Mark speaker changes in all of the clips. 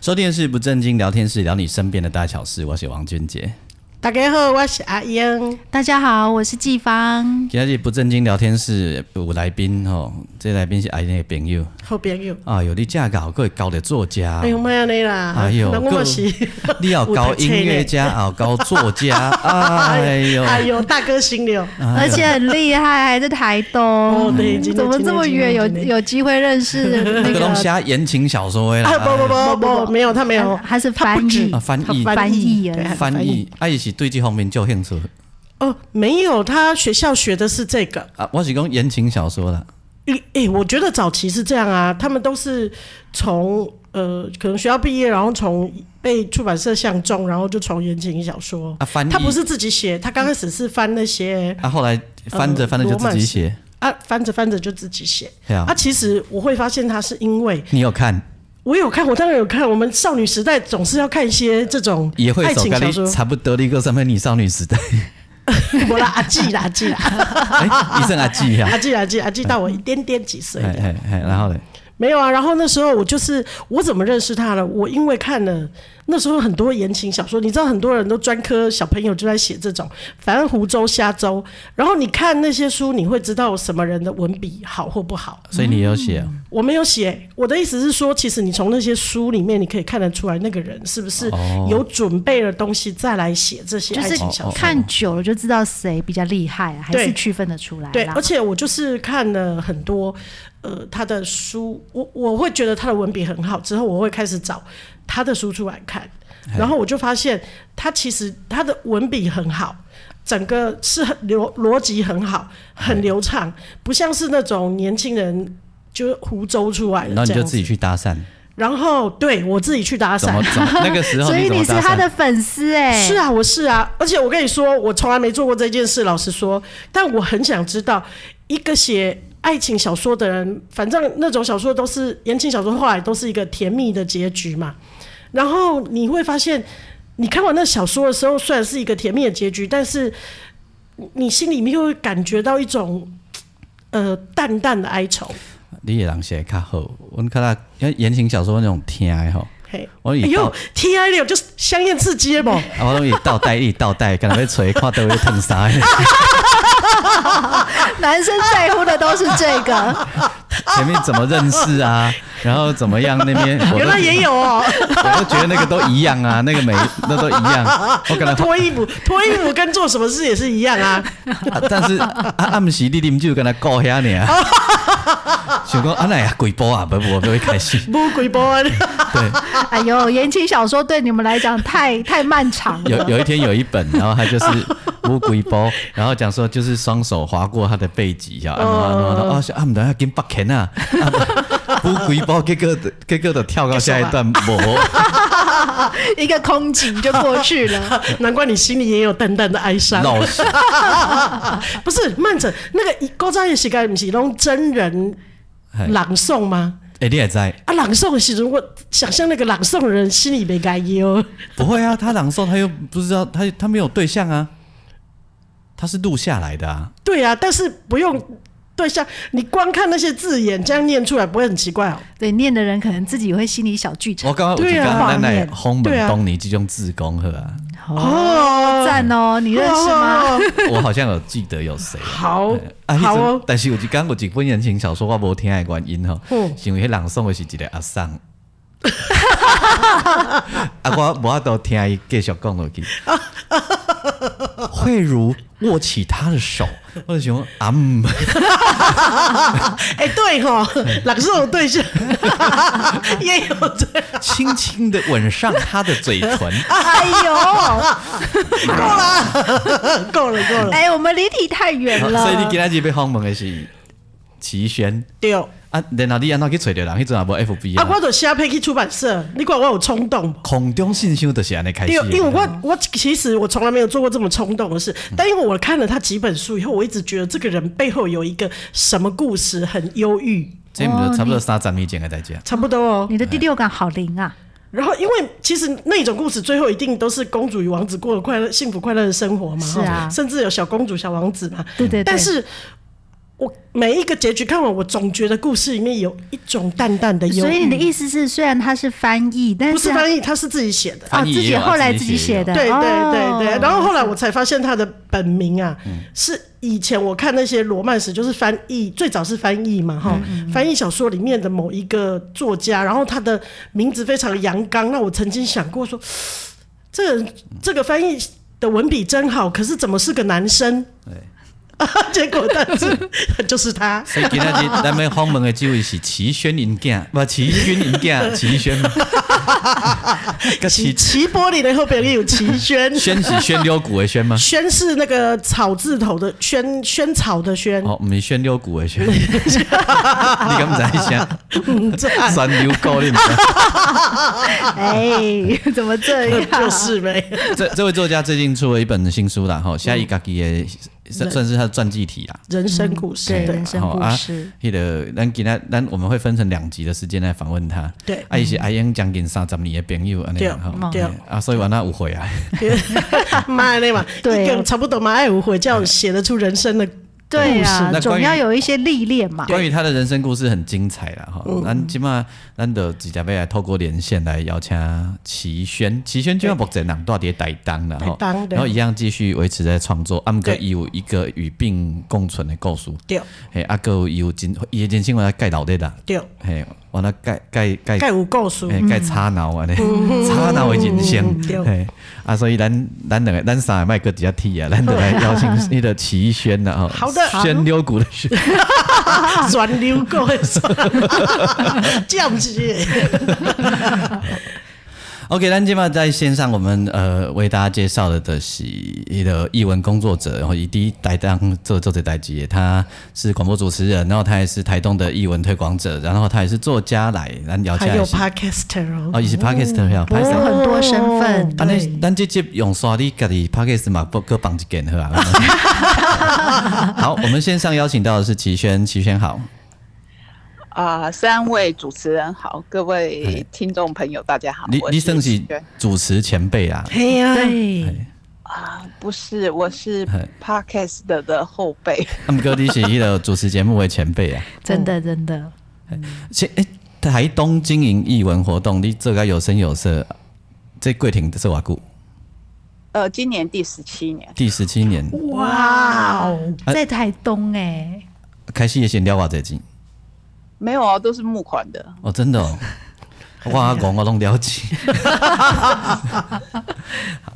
Speaker 1: 收听的是不正经聊天室，聊你身边的大小事。我是王俊杰。
Speaker 2: 大家好，我是阿英。
Speaker 3: 大家好，我是季芳。
Speaker 1: 今日不正经聊天室有来宾吼，这来宾是阿英的朋友
Speaker 2: 好朋友，
Speaker 1: 啊，有你嫁搞会搞的作家
Speaker 2: 哎，呦妈呀你啦！
Speaker 1: 啊哎呦
Speaker 2: 那我嘛是，
Speaker 1: 你要搞音乐家啊，搞作家，哎呦，
Speaker 2: 哎呦大哥心流，
Speaker 1: 哎
Speaker 3: 而且很厉害，还在台东。
Speaker 2: 哦对今天
Speaker 3: 怎么这么远？
Speaker 2: 今天
Speaker 3: 有
Speaker 2: 今天
Speaker 3: 有机会认识那
Speaker 1: 这个东西
Speaker 3: 个
Speaker 1: 啊，言情小说的啦，
Speaker 2: 啊不不不
Speaker 3: 不
Speaker 2: 不
Speaker 3: 不
Speaker 2: 没有他没有
Speaker 3: 他，他是
Speaker 2: 他不
Speaker 3: 翻
Speaker 2: 止
Speaker 3: 译
Speaker 1: 啊，翻译
Speaker 2: 哎他
Speaker 3: 翻译
Speaker 2: 对
Speaker 3: 而
Speaker 2: 他
Speaker 3: 已。
Speaker 1: 翻译，啊，伊是对这方面就有兴趣
Speaker 2: 哦没有，他学校学的是这个。
Speaker 1: 啊，我是讲言情小说啦，
Speaker 2: 诶、诶我觉得早期是这样啊，他们都是从呃，可能学校毕业，然后从被出版社相中，然后就从言情小说。
Speaker 1: 啊，翻译，
Speaker 2: 他不是自己写，他刚开始是翻那些
Speaker 1: 啊，后来翻着
Speaker 2: 呃
Speaker 1: 翻着就自己写，
Speaker 2: 啊，翻着翻着就自己写。
Speaker 1: 对啊
Speaker 2: 啊，，其实我会发现他是因为
Speaker 1: 你有看？
Speaker 2: 我有看，我当然有看，我们少女时代总是要看一些这种
Speaker 1: 也会
Speaker 2: 爱
Speaker 1: 走
Speaker 2: 情
Speaker 1: 跟
Speaker 2: 小
Speaker 1: 你
Speaker 2: 说。
Speaker 1: 差不多的一个什么你少女时代，
Speaker 2: 我啦，阿季啦，阿季啦，
Speaker 1: 哎，医生阿记 呀，
Speaker 2: 阿季啦，阿季阿季到我一点点几岁
Speaker 1: 哎
Speaker 2: 这样。
Speaker 1: 哎哎，然后嘞，
Speaker 2: 没有啊，然后那时候我就是我怎么认识他了？我因为看了那时候很多言情小说，你知道很多人都专科小朋友就在写这种，反正湖州虾州。然后你看那些书，你会知道什么人的文笔好或不好。
Speaker 1: 所以你有写哦
Speaker 2: 我没有写，我的意思是说，其实你从那些书里面，你可以看得出来那个人是不是
Speaker 1: 哦
Speaker 2: 有准备的东西再来写这些
Speaker 3: 就
Speaker 2: 爱
Speaker 3: 是
Speaker 2: 情小说。
Speaker 3: 看久了就知道谁比较厉害啊，还是
Speaker 2: 对
Speaker 3: 区分得出来啦。
Speaker 2: 对，而且我就是看了很多呃他的书，我我会觉得他的文笔很好，之后我会开始找他的书出来看，然后我就发现他其实他的文笔很好。整个是很流逻辑很好，很流畅，不像是那种年轻人就是胡诌出来的
Speaker 1: 然后
Speaker 2: 这
Speaker 1: 你就
Speaker 2: 样
Speaker 1: 自
Speaker 2: 子。
Speaker 1: 己去搭讪，
Speaker 2: 然后对我自己去搭
Speaker 1: 怎
Speaker 2: 讪
Speaker 1: 么，怎么那个时候
Speaker 3: 所 以
Speaker 1: 怎
Speaker 3: 你
Speaker 1: 么
Speaker 3: 是
Speaker 1: 搭
Speaker 3: 他
Speaker 1: 讪？
Speaker 3: 的粉丝哎、
Speaker 2: 是啊，我是啊，而且我跟你说，我从来没做过这件事。老实说，但我很想知道，一个写爱情小说的人，反正那种小说都是言情小说，后来都是一个甜蜜的结局嘛。然后你会发现，你看完那小说的时候，虽然是一个甜蜜的结局，但是你心里面会感觉到一种呃淡淡的哀愁。
Speaker 1: 你也人写得较好，我看他因为言情小说那种听的吼，
Speaker 2: 嘿，
Speaker 1: 我
Speaker 2: 哎
Speaker 1: 以倒
Speaker 2: 呦，T I 六就是香艳刺激不？
Speaker 1: 啊我拢以倒带以倒带，敢若要吹看到要烫啥的，
Speaker 3: 男生在乎的都是这个，
Speaker 1: 前面怎么认识啊，然后怎么样那边，我
Speaker 2: 原
Speaker 1: 都
Speaker 2: 来也有哦。
Speaker 1: 我都觉得那个都一样啊，那个每那都一样，我可能
Speaker 2: 那 脱衣服，脱衣服跟做什么事也是一样啊。
Speaker 1: 啊，但是啊，暗时你啉酒跟他顾遐尔，想讲啊那呀鬼波啊，不不不会开始，
Speaker 2: 不鬼波啊，
Speaker 1: 对，
Speaker 3: 哎呦，言情小说对你们来讲太太漫长了。
Speaker 1: 有有一天有一本，然后他就是
Speaker 2: 啊
Speaker 1: 乌龟包，然后讲说就是双手划过他的背脊，啊，然后然后然后哦，是啊，唔等下跟北肯啊， 乌龟包结果结果就跳到下一 段无，
Speaker 3: 一个空景就过去了。
Speaker 2: 难怪你心里也有淡淡的哀伤。啊
Speaker 1: 老师
Speaker 2: 不是慢着，那个高张也是该不是用真人朗诵吗？
Speaker 1: 哎，你也在？
Speaker 2: 啊，朗诵的时候，我想象那个朗诵的人心里没哦该忧。
Speaker 1: 不会啊，他朗诵他又不知道他他没有对象啊，他是录下来的啊，
Speaker 2: 对啊，但是不用对象，你光看那些字眼这样念出来，不会很奇怪哦？
Speaker 3: 对，念的人可能自己会心里小剧场
Speaker 1: 我。刚刚我
Speaker 2: 对
Speaker 1: 就
Speaker 2: 啊
Speaker 1: 刚刚
Speaker 3: 画
Speaker 1: 在
Speaker 3: 面
Speaker 1: 轰
Speaker 2: 对
Speaker 1: 门
Speaker 2: 啊
Speaker 1: 东尼这种自宫呵啊，
Speaker 3: 哦，
Speaker 2: 哦，
Speaker 3: 赞哦，你认识吗？
Speaker 2: 哦？
Speaker 1: 我好像有记得有谁。
Speaker 2: 好
Speaker 1: 啊，迄
Speaker 2: 好
Speaker 1: 阵
Speaker 2: 哦，
Speaker 1: 但是有一讲有一本言情小说我无听的原因吼，
Speaker 2: 嗯
Speaker 1: 是因为迄人送的是一个阿桑。 啊，我无法度听伊继续讲落去。慧茹握起他的手，我就想说啊， 嗯，
Speaker 2: 哎，对哈，朗诵的对象 也有这样。
Speaker 1: 轻轻的吻上他的 嘴唇。啊
Speaker 3: 哎呦，
Speaker 2: 够了够了，
Speaker 3: 哎，我们离题太远
Speaker 1: 好
Speaker 3: 了。
Speaker 1: 所以你今仔日被访问的是齐轩
Speaker 2: 对，啊，
Speaker 1: 啊，然后你安怎去找着人？迄阵也无 FB 啊
Speaker 2: 我，就写配去出版社，你管我有冲动吗？
Speaker 1: 空中信箱就是安尼开始
Speaker 2: 对
Speaker 1: 的。，
Speaker 2: 因为我我其实我从来没有做过这么冲动的事，
Speaker 3: 嗯
Speaker 2: 但因为我看了他几本书以后，我一直觉得这个人背后有一个什么故事，很忧郁，
Speaker 1: 这毋就差
Speaker 2: 哦
Speaker 1: 不多三十年前的代志啊。
Speaker 2: 差不多哦。
Speaker 3: 你的第六感好灵啊！
Speaker 2: 然后，因为其实那种故事最后一定都是公主与王子过了快乐、幸福快乐的生活嘛，
Speaker 3: 是啊
Speaker 2: 哦甚至有小公主、小王子嘛。
Speaker 3: 对对对，
Speaker 2: 但是我每一个结局看完，我总觉得故事里面有一种淡淡的忧郁。
Speaker 3: 所以你的意思是，虽然它是翻译，但
Speaker 2: 不是
Speaker 3: 是
Speaker 2: 翻译，他是自己写的。
Speaker 3: 啊，
Speaker 1: 翻译
Speaker 3: 自
Speaker 1: 也
Speaker 3: 己
Speaker 1: 有啊
Speaker 3: 后来
Speaker 1: 自
Speaker 3: 自
Speaker 1: 己
Speaker 3: 己
Speaker 1: 写
Speaker 3: 写
Speaker 1: 的
Speaker 3: 的，
Speaker 2: 对对
Speaker 3: 哦
Speaker 2: 对对，然后后来我才发现他的本名啊，
Speaker 1: 嗯
Speaker 2: 是以前我看那些罗曼史，就是翻译，最早是翻译嘛哈，翻译小说里面的某一个作家，然后他的名字非常阳刚，那我曾经想过说， 这个这个翻译的文笔真好，可是怎么是个男生？ 结果但是就是 他，
Speaker 1: 所以今仔日咱们访问的这位是齐轩因囝，不齐轩因囝， 齐轩，个
Speaker 2: 齐
Speaker 1: 齐。
Speaker 2: 齐柏林的后边有齐轩
Speaker 1: 轩是轩溜谷的轩 吗？
Speaker 2: 轩是那个草字头的轩，萱草的轩，
Speaker 1: 哦，毋是轩溜谷的轩， 你敢毋知影啥？
Speaker 2: 嗯， 这爱
Speaker 1: 山溜谷你毋知？
Speaker 3: 哎，怎么这样？
Speaker 2: 就是呗。
Speaker 1: 这这位作家最近出了一本新书啦，吼，写伊家己的算算是他的传记体啦。
Speaker 2: 人生故事，
Speaker 3: 嗯对，
Speaker 2: 对
Speaker 3: 人生故事，
Speaker 1: 迄个咱今仔咱我们会分成两集的时间来访问他。
Speaker 2: 对
Speaker 1: 啊，伊是阿英将近三十年的朋友安尼
Speaker 2: 对
Speaker 1: 啦吼，
Speaker 2: 对
Speaker 1: 嘿啊，所以完那有回来。
Speaker 2: 妈的嘛，
Speaker 3: 对
Speaker 2: 一个差不多嘛，爱无悔，这样写得出人生的
Speaker 3: 对
Speaker 1: 故事
Speaker 3: 啊
Speaker 1: 那，关
Speaker 3: 总
Speaker 1: 于
Speaker 3: 要有一些历练嘛。
Speaker 1: 关于他的人生故事很精彩啦，哈、
Speaker 2: 嗯
Speaker 1: 咱起码咱的几家杯来透过连线来邀请齐轩，齐轩就要目前人大跌台当了
Speaker 2: 台
Speaker 1: 哈
Speaker 2: 东，对
Speaker 1: 然后一样继续维持在创作，啊，毋过
Speaker 2: 对
Speaker 1: 伊有一个与病共存的故事，
Speaker 2: 对
Speaker 1: 嘿，啊，还有伊有真伊的人生我来盖老的啦，
Speaker 2: 对，
Speaker 1: 嘿，我那盖盖盖
Speaker 2: 盖有故事，
Speaker 1: 诶，该吵闹安尼， 吵闹的人生
Speaker 2: 嗯对，
Speaker 1: 嘿，啊，所以咱咱两个咱三个麦克底下踢啊，咱就来邀请那个齐轩啦，吼，
Speaker 2: 好的
Speaker 1: 轩溜谷的轩，
Speaker 2: 转溜够会算， 这样不是？
Speaker 1: OK，咱今嘛在线上，我们呃为大家介绍的的是一个译文工作者，然后以第一代当做做这代机，他是广播主持人，然后他也是台东的译文推广者，然后他也是作家来，咱聊起
Speaker 2: 还
Speaker 1: 来
Speaker 2: 有
Speaker 1: 是，
Speaker 2: podcaster
Speaker 1: 哦，
Speaker 2: 哦，
Speaker 1: 也是 Podcast 呀，
Speaker 3: 有
Speaker 1: Podcast。
Speaker 3: 很多身份，
Speaker 1: 啊，
Speaker 3: 对，
Speaker 1: 你咱直接用刷你家己 Podcast 嘛，不各绑一件好啊。好，我们线上邀请到的是齐轩，齐轩好。
Speaker 4: 啊、三位主持人好，各位
Speaker 1: 哎
Speaker 4: 听众朋友，大家好。
Speaker 1: 你
Speaker 4: 我
Speaker 1: 你算是
Speaker 4: 齐轩
Speaker 1: 主持前辈啊，
Speaker 2: 嘿呀，
Speaker 3: 对，
Speaker 4: 啊、不是，我是
Speaker 1: 哎
Speaker 4: podcast 的的后辈。
Speaker 1: 他们哥你是迄个主持节目的前辈啊。
Speaker 3: 真的真的，
Speaker 1: 先诶、台东经营艺文活动，你做个有声有色，这桂婷做瓦久？
Speaker 4: 呃，今年第十七年，
Speaker 1: 第十七年
Speaker 2: 哇哦，
Speaker 1: 哎
Speaker 3: 在台东哎，
Speaker 1: 开始也先了偌侪钱
Speaker 4: 没有啊，都是募款的。
Speaker 1: 哦，真的、 哦，我讲我拢了解。好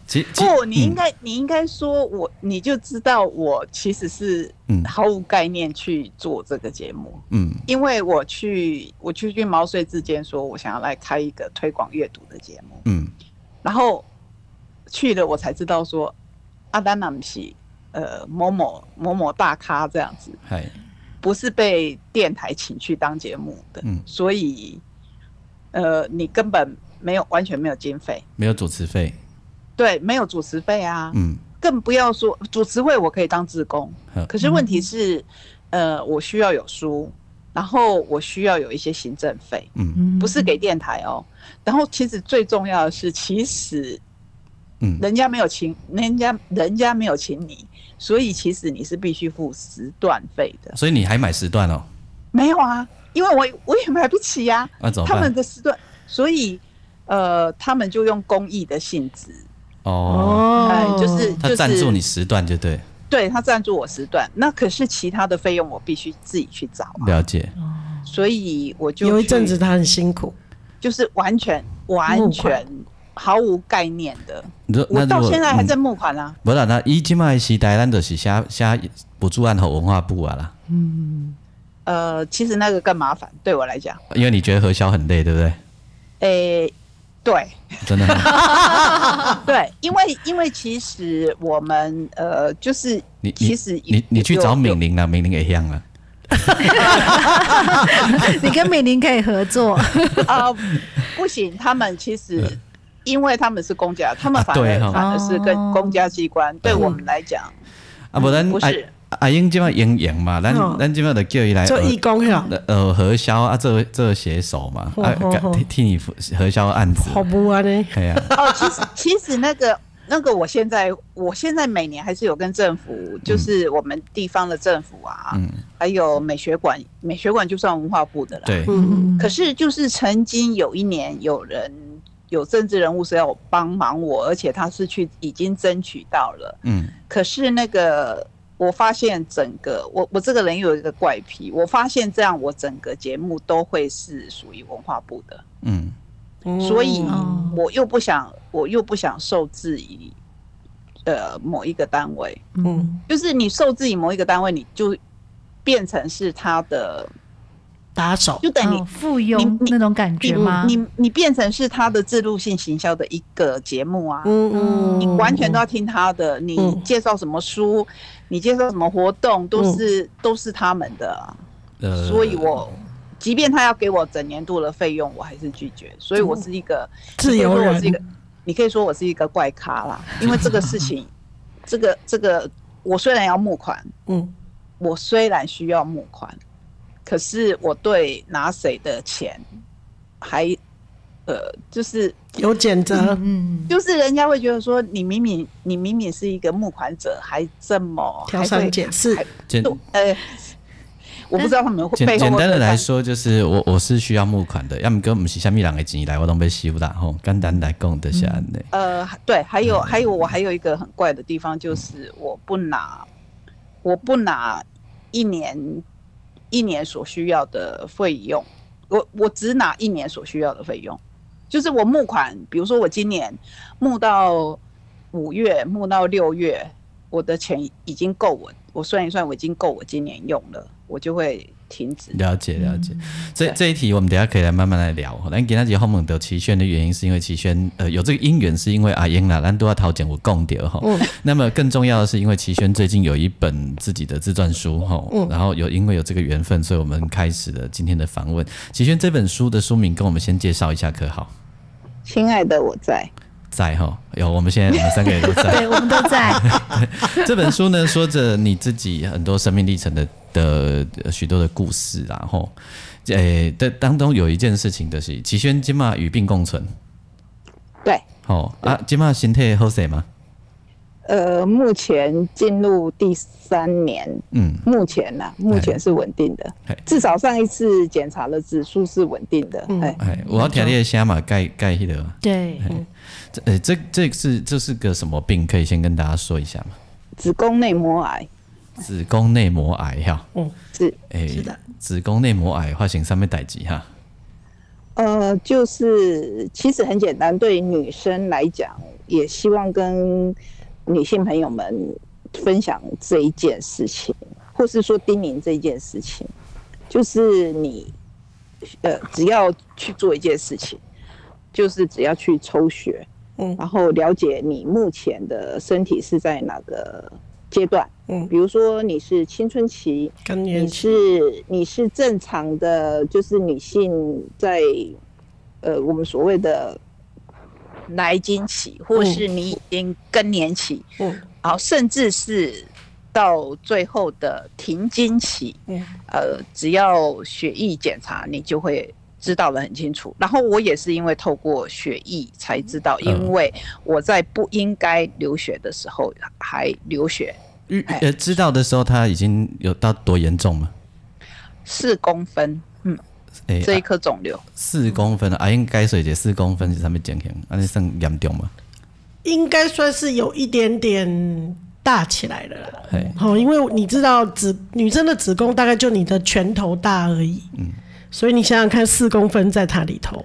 Speaker 1: 其其嗯
Speaker 4: 不，哦你应该、你应该说我，你就知道我其实是
Speaker 1: 嗯
Speaker 4: 毫无概念去做这个节目，
Speaker 1: 嗯
Speaker 4: 因为我去我去去毛遂自荐，说我想要来开一个推广阅读的节目。
Speaker 1: 嗯
Speaker 4: 然后去了，我才知道说啊阿丹南皮呃某某某某大咖这样子，
Speaker 1: 嗨
Speaker 4: 不是被电台请去当节目的，
Speaker 1: 嗯
Speaker 4: 所以呃你根本没有完全没有经费，
Speaker 1: 没有主持费，
Speaker 4: 对，没有主持费啊，
Speaker 1: 嗯
Speaker 4: 更不要说主持费我可以当志工
Speaker 1: 嗯，
Speaker 4: 可是问题是呃我需要有书，然后我需要有一些行政费，
Speaker 1: 嗯
Speaker 3: 嗯
Speaker 4: 不是给电台哦。然后其实最重要的是，其实
Speaker 1: 嗯，
Speaker 4: 人家没有请，人家人家没有请你，所以其实你是必须付时段费的。
Speaker 1: 所以你还买时段哦？
Speaker 4: 没有啊，因为我我也买不起呀、
Speaker 1: 那、怎么
Speaker 4: 他们
Speaker 1: 办？
Speaker 4: 的时段，所以呃，他们就用公益的性质，
Speaker 1: 哦，
Speaker 4: 哎、
Speaker 2: 哦，
Speaker 4: 就是
Speaker 1: 他
Speaker 4: 就是
Speaker 1: 赞助你时段就对，
Speaker 4: 对他赞助我时段，那可是其他的费用我必须自己去找啊，
Speaker 1: 了解。
Speaker 4: 所以我就
Speaker 2: 有一
Speaker 4: 去
Speaker 2: 阵子他很辛苦，
Speaker 4: 就是完全
Speaker 2: 募
Speaker 4: 完
Speaker 2: 款
Speaker 4: 全毫无概念的，
Speaker 1: 你说
Speaker 4: 我
Speaker 1: 那
Speaker 4: 到
Speaker 1: 如果
Speaker 4: 现在还在
Speaker 1: 嗯
Speaker 4: 募款啊。
Speaker 1: 无啦，那伊即卖时代，咱就是写写补助案和文化部啊啦，
Speaker 4: 呃，其实那个更麻烦，对我来讲，
Speaker 1: 因为你觉得核销很累，对不 对？
Speaker 4: 诶、对
Speaker 1: 真的吗，
Speaker 4: 对，因为因为其实我们呃，就是
Speaker 1: 你
Speaker 4: 其
Speaker 1: 你
Speaker 4: 实有
Speaker 1: 你你去找
Speaker 4: 有
Speaker 1: 啊敏玲啦，敏玲也一样啦。
Speaker 3: 你跟美玲可以合作，
Speaker 4: 啊、不行，他们其实因为他们是公家，他们反
Speaker 1: 嗯啊对
Speaker 4: 而、
Speaker 1: 哈哦
Speaker 4: 反而是跟公家机关，对我们来讲，
Speaker 1: 啊，无咱
Speaker 4: 嗯不
Speaker 1: 阿
Speaker 4: 是
Speaker 1: 阿英即摆演员嘛，咱
Speaker 2: 哦
Speaker 1: 咱即摆就叫伊来
Speaker 2: 做
Speaker 1: 学
Speaker 2: 义工呀，
Speaker 1: 呃核销啊，做做写手嘛，
Speaker 4: 哦
Speaker 1: 啊
Speaker 2: 吼吼吼
Speaker 1: 替替你核销案子，
Speaker 2: 好不安啊呢。
Speaker 1: 哎呀，
Speaker 4: 哦，其实其实那个那个，我现在我现在每年还是有跟政府，就是我们地方的政府啊，
Speaker 1: 嗯
Speaker 4: 还有美学馆，美学馆就算文化部的啦。。
Speaker 1: 对，
Speaker 2: 嗯，
Speaker 4: 可是就是曾经有一年有人有政治人物是要我帮忙我，而且他是去已经争取到了，
Speaker 1: 嗯
Speaker 4: 可是那个我发现整个我我这个人有一个怪癖，我发现这样我整个节目都会是属于文化部的，
Speaker 1: 嗯
Speaker 2: 嗯
Speaker 4: 所以
Speaker 3: 哦
Speaker 4: 我又不想我又不想受制于呃某一个单位，
Speaker 2: 嗯，
Speaker 4: 就是你受制于某一个单位，你就变成是他的，
Speaker 2: 打手
Speaker 4: 就等于
Speaker 3: 哦附庸
Speaker 4: 你你
Speaker 3: 那种感觉吗？
Speaker 4: 你你你变成是他的制度性行销的一个节目啊，
Speaker 2: 嗯
Speaker 4: 你完全都要听他的，你
Speaker 2: 嗯
Speaker 4: 介绍什么书，你介绍什么活动，都
Speaker 2: 嗯
Speaker 4: 是都是他们的啊。
Speaker 1: 呃，
Speaker 4: 所以我即便他要给我整年度的费用，我还是拒绝。所以我是一个
Speaker 2: 自由
Speaker 4: 你可以说我是一
Speaker 2: 人
Speaker 4: 个，你可以说我是一个怪咖啦，因为这个事情， 这个这个，我虽然要募款，
Speaker 2: 嗯
Speaker 4: 我虽然需要募款，可是我对拿谁的钱还呃，就是
Speaker 2: 有谴责，
Speaker 3: 嗯，
Speaker 4: 就是人家会觉得说，你明明你明明是一个募款者，还这么
Speaker 2: 挑三拣四，
Speaker 1: 简
Speaker 4: 呃，我不知道他们会
Speaker 1: 简
Speaker 4: 背后
Speaker 1: 简
Speaker 4: 会
Speaker 1: 单
Speaker 4: 不
Speaker 1: 的
Speaker 4: 会
Speaker 1: 来
Speaker 4: 翻
Speaker 1: 说，就是我我是需要募款的，要么跟我们是虾米人的钱来，我都被收啦吼。简单来讲就是安尼，
Speaker 4: 呃，对，还有还有，我还有一个很怪的地方，就是我不拿，我不拿一年一年所需要的费用，我我只拿一年所需要的费用，就是我募款，比如说我今年募到五月，募到六月，我的钱已经够我，我算一算，我已经够我今年用了，我就会停止。
Speaker 1: 了解了解。这这一题我们等一下可以来慢慢来聊。咱今仔日访问到齐轩的原因，是因为齐轩呃有这个因缘，是因为阿英啦，咱都要头前有讲到吼。那么更重要的是，因为齐轩最近有一本自己的自传书吼，然后有因为有这个缘分，所以我们开始了今天的访问。齐轩这本书的书名跟我们先介绍一下可好？
Speaker 4: 亲爱的，我在。
Speaker 1: 在吼，有我们现在我们三个人都在。
Speaker 3: 对，我们都 在，
Speaker 1: 这本书呢，说着你自己很多生命历程的的呃许多的故事啊，然后，诶、的当中有一件事情的、就是，齐轩今嘛与病共存，
Speaker 4: 对，
Speaker 1: 吼、啊，今嘛身体好势吗？
Speaker 4: 呃，目前进入第三年，
Speaker 1: 嗯，
Speaker 4: 目前呢、目前是稳定的
Speaker 1: 嘿，
Speaker 4: 至少上一次检查的指数是稳定的。哎、
Speaker 1: 哎，我要听你的声嘛，盖盖迄个，
Speaker 3: 对，
Speaker 1: 这呃、这这是这是个什么病？可以先跟大家说一下吗？
Speaker 4: 子宫内膜癌
Speaker 1: 子宫内膜癌哈，
Speaker 4: 是
Speaker 1: 诶、
Speaker 2: 是的
Speaker 1: 子宫内膜癌发生什么代志哈？
Speaker 4: 呃，就是其实很简单，对于女生来讲，也希望跟女性朋友们分享这一件事情，或是说叮咛这一件事情，就是你呃，只要去做一件事情，就是只要去抽血，
Speaker 2: 嗯
Speaker 4: 然后了解你目前的身体是在哪个阶段，
Speaker 2: 嗯
Speaker 4: 比如说你是青春期，
Speaker 2: 跟年
Speaker 4: 你
Speaker 2: 纪
Speaker 4: 是你是正常的，就是女性在呃我们所谓的来经期，或是你已经更年期，
Speaker 2: 嗯
Speaker 4: 好，甚至是到最后的停经期，
Speaker 2: 嗯
Speaker 4: 呃，只要血液检查，你就会知道的很清楚。然后我也是因为透过血液才知道，因为我在不应该流血的时候还流血
Speaker 1: 遇
Speaker 4: 哎
Speaker 1: 呃，知道的时候他已经有到多严重吗？
Speaker 4: 四公分，嗯，
Speaker 1: 诶、
Speaker 4: 这
Speaker 1: 啊
Speaker 4: 一颗肿瘤。
Speaker 1: 四公分啊，应该水姐四公分是啥物情形？安尼啊算严重吗？
Speaker 2: 应该算是有一点点大起来了啦。
Speaker 1: 嘿，
Speaker 2: 哦，因为你知道子女生的子宫大概就你的拳头大而已，所以你想想看，四公分在它里头，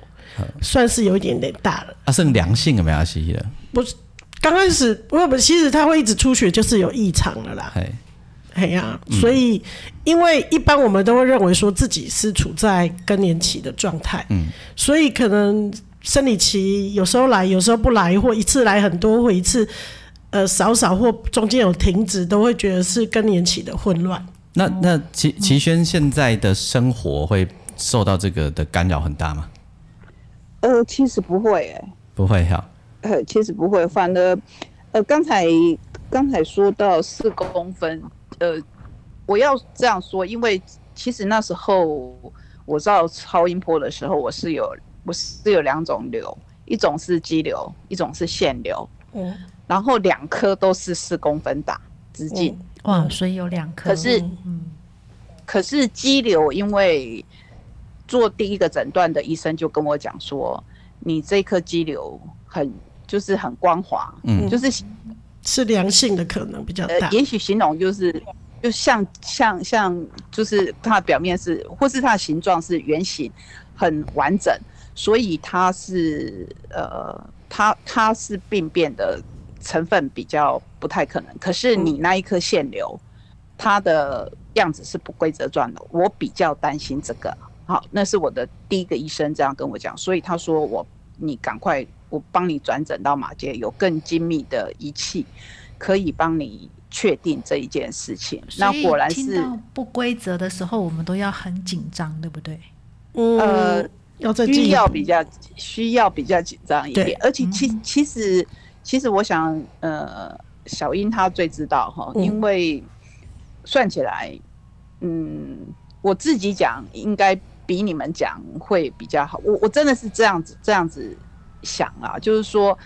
Speaker 2: 算是有一点点大了。
Speaker 1: 啊，算良性的没关系的，
Speaker 2: 不是刚开始，我们其实它会一直出血，就是有异常了啦。
Speaker 1: 嘿，
Speaker 2: 哎呀、所以因为一般我们都会认为说自己是处在更年期的状态，
Speaker 1: 嗯
Speaker 2: 所以可能生理期有时候来，有时候不来，或一次来很多，或一次呃少少，或中间有停止，都会觉得是更年期的混乱。
Speaker 1: 那那齐齐轩现在的生活会受到这个的干扰很大吗？
Speaker 4: 呃，其实不会、欸，
Speaker 1: 不会哈、
Speaker 4: 呃，其实不会，反而，呃，刚才刚才说到四公分，呃，我要这样说，因为其实那时候我照超音波的时候，我是有我是有两种瘤，一种是肌瘤，一种是腺瘤，
Speaker 2: 嗯，
Speaker 4: 然后两颗都是四公分大直径，
Speaker 3: 哇，所以有两颗。
Speaker 4: 可是
Speaker 3: 嗯，
Speaker 4: 可是肌瘤因为做第一个诊断的医生就跟我讲说，你这颗肌瘤很就是很光滑，
Speaker 1: 嗯
Speaker 4: 就是
Speaker 2: 是良性的可能比较
Speaker 4: 呃
Speaker 3: 嗯
Speaker 2: 大，，
Speaker 4: 也许形容就是，就像像像，就是它的表面是，或是它的形状是圆形，很完整，所以它是呃，它它是病变的成分比较不太可能。可是你
Speaker 3: 嗯
Speaker 4: 那一颗腺瘤，它的样子是不规则状的，我比较担心这个。好，那是我的第一个医生这样跟我讲，所以他说我你赶快，我帮你转诊到马街，有更精密的仪器可以帮你确定这一件事情。那
Speaker 3: 所以
Speaker 4: 果然
Speaker 3: 听
Speaker 4: 是
Speaker 3: 到不规则的时候，我们都要很紧张，对不对？
Speaker 2: 嗯，
Speaker 4: 呃
Speaker 2: 要再进
Speaker 4: 需
Speaker 2: 一
Speaker 4: 要
Speaker 2: 步
Speaker 4: 比较需要比较紧张一
Speaker 2: 对嗯
Speaker 4: 点，而且其其实其实我想，呃，小英她最知道哈，
Speaker 2: 嗯
Speaker 4: 因为算起来，嗯，我自己讲应该比你们讲会比较好。我我真的是这样子这样子想啊，就是说，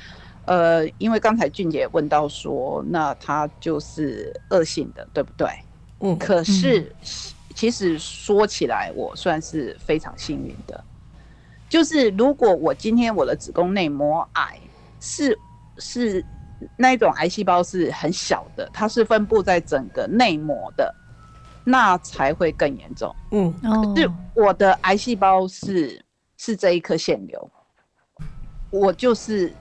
Speaker 4: 呃，因为刚才俊杰问到说，那它就是恶性的，对不对？
Speaker 2: 嗯
Speaker 4: 可是其实说起来，我算是非常幸运的，就是如果我今天我的子宫内膜癌是是那一种癌细胞是很小的，它是分布在整个内膜的，那才会更严重。
Speaker 2: 嗯
Speaker 3: 哦
Speaker 4: 是我的癌细胞是是这一颗腺瘤，我就是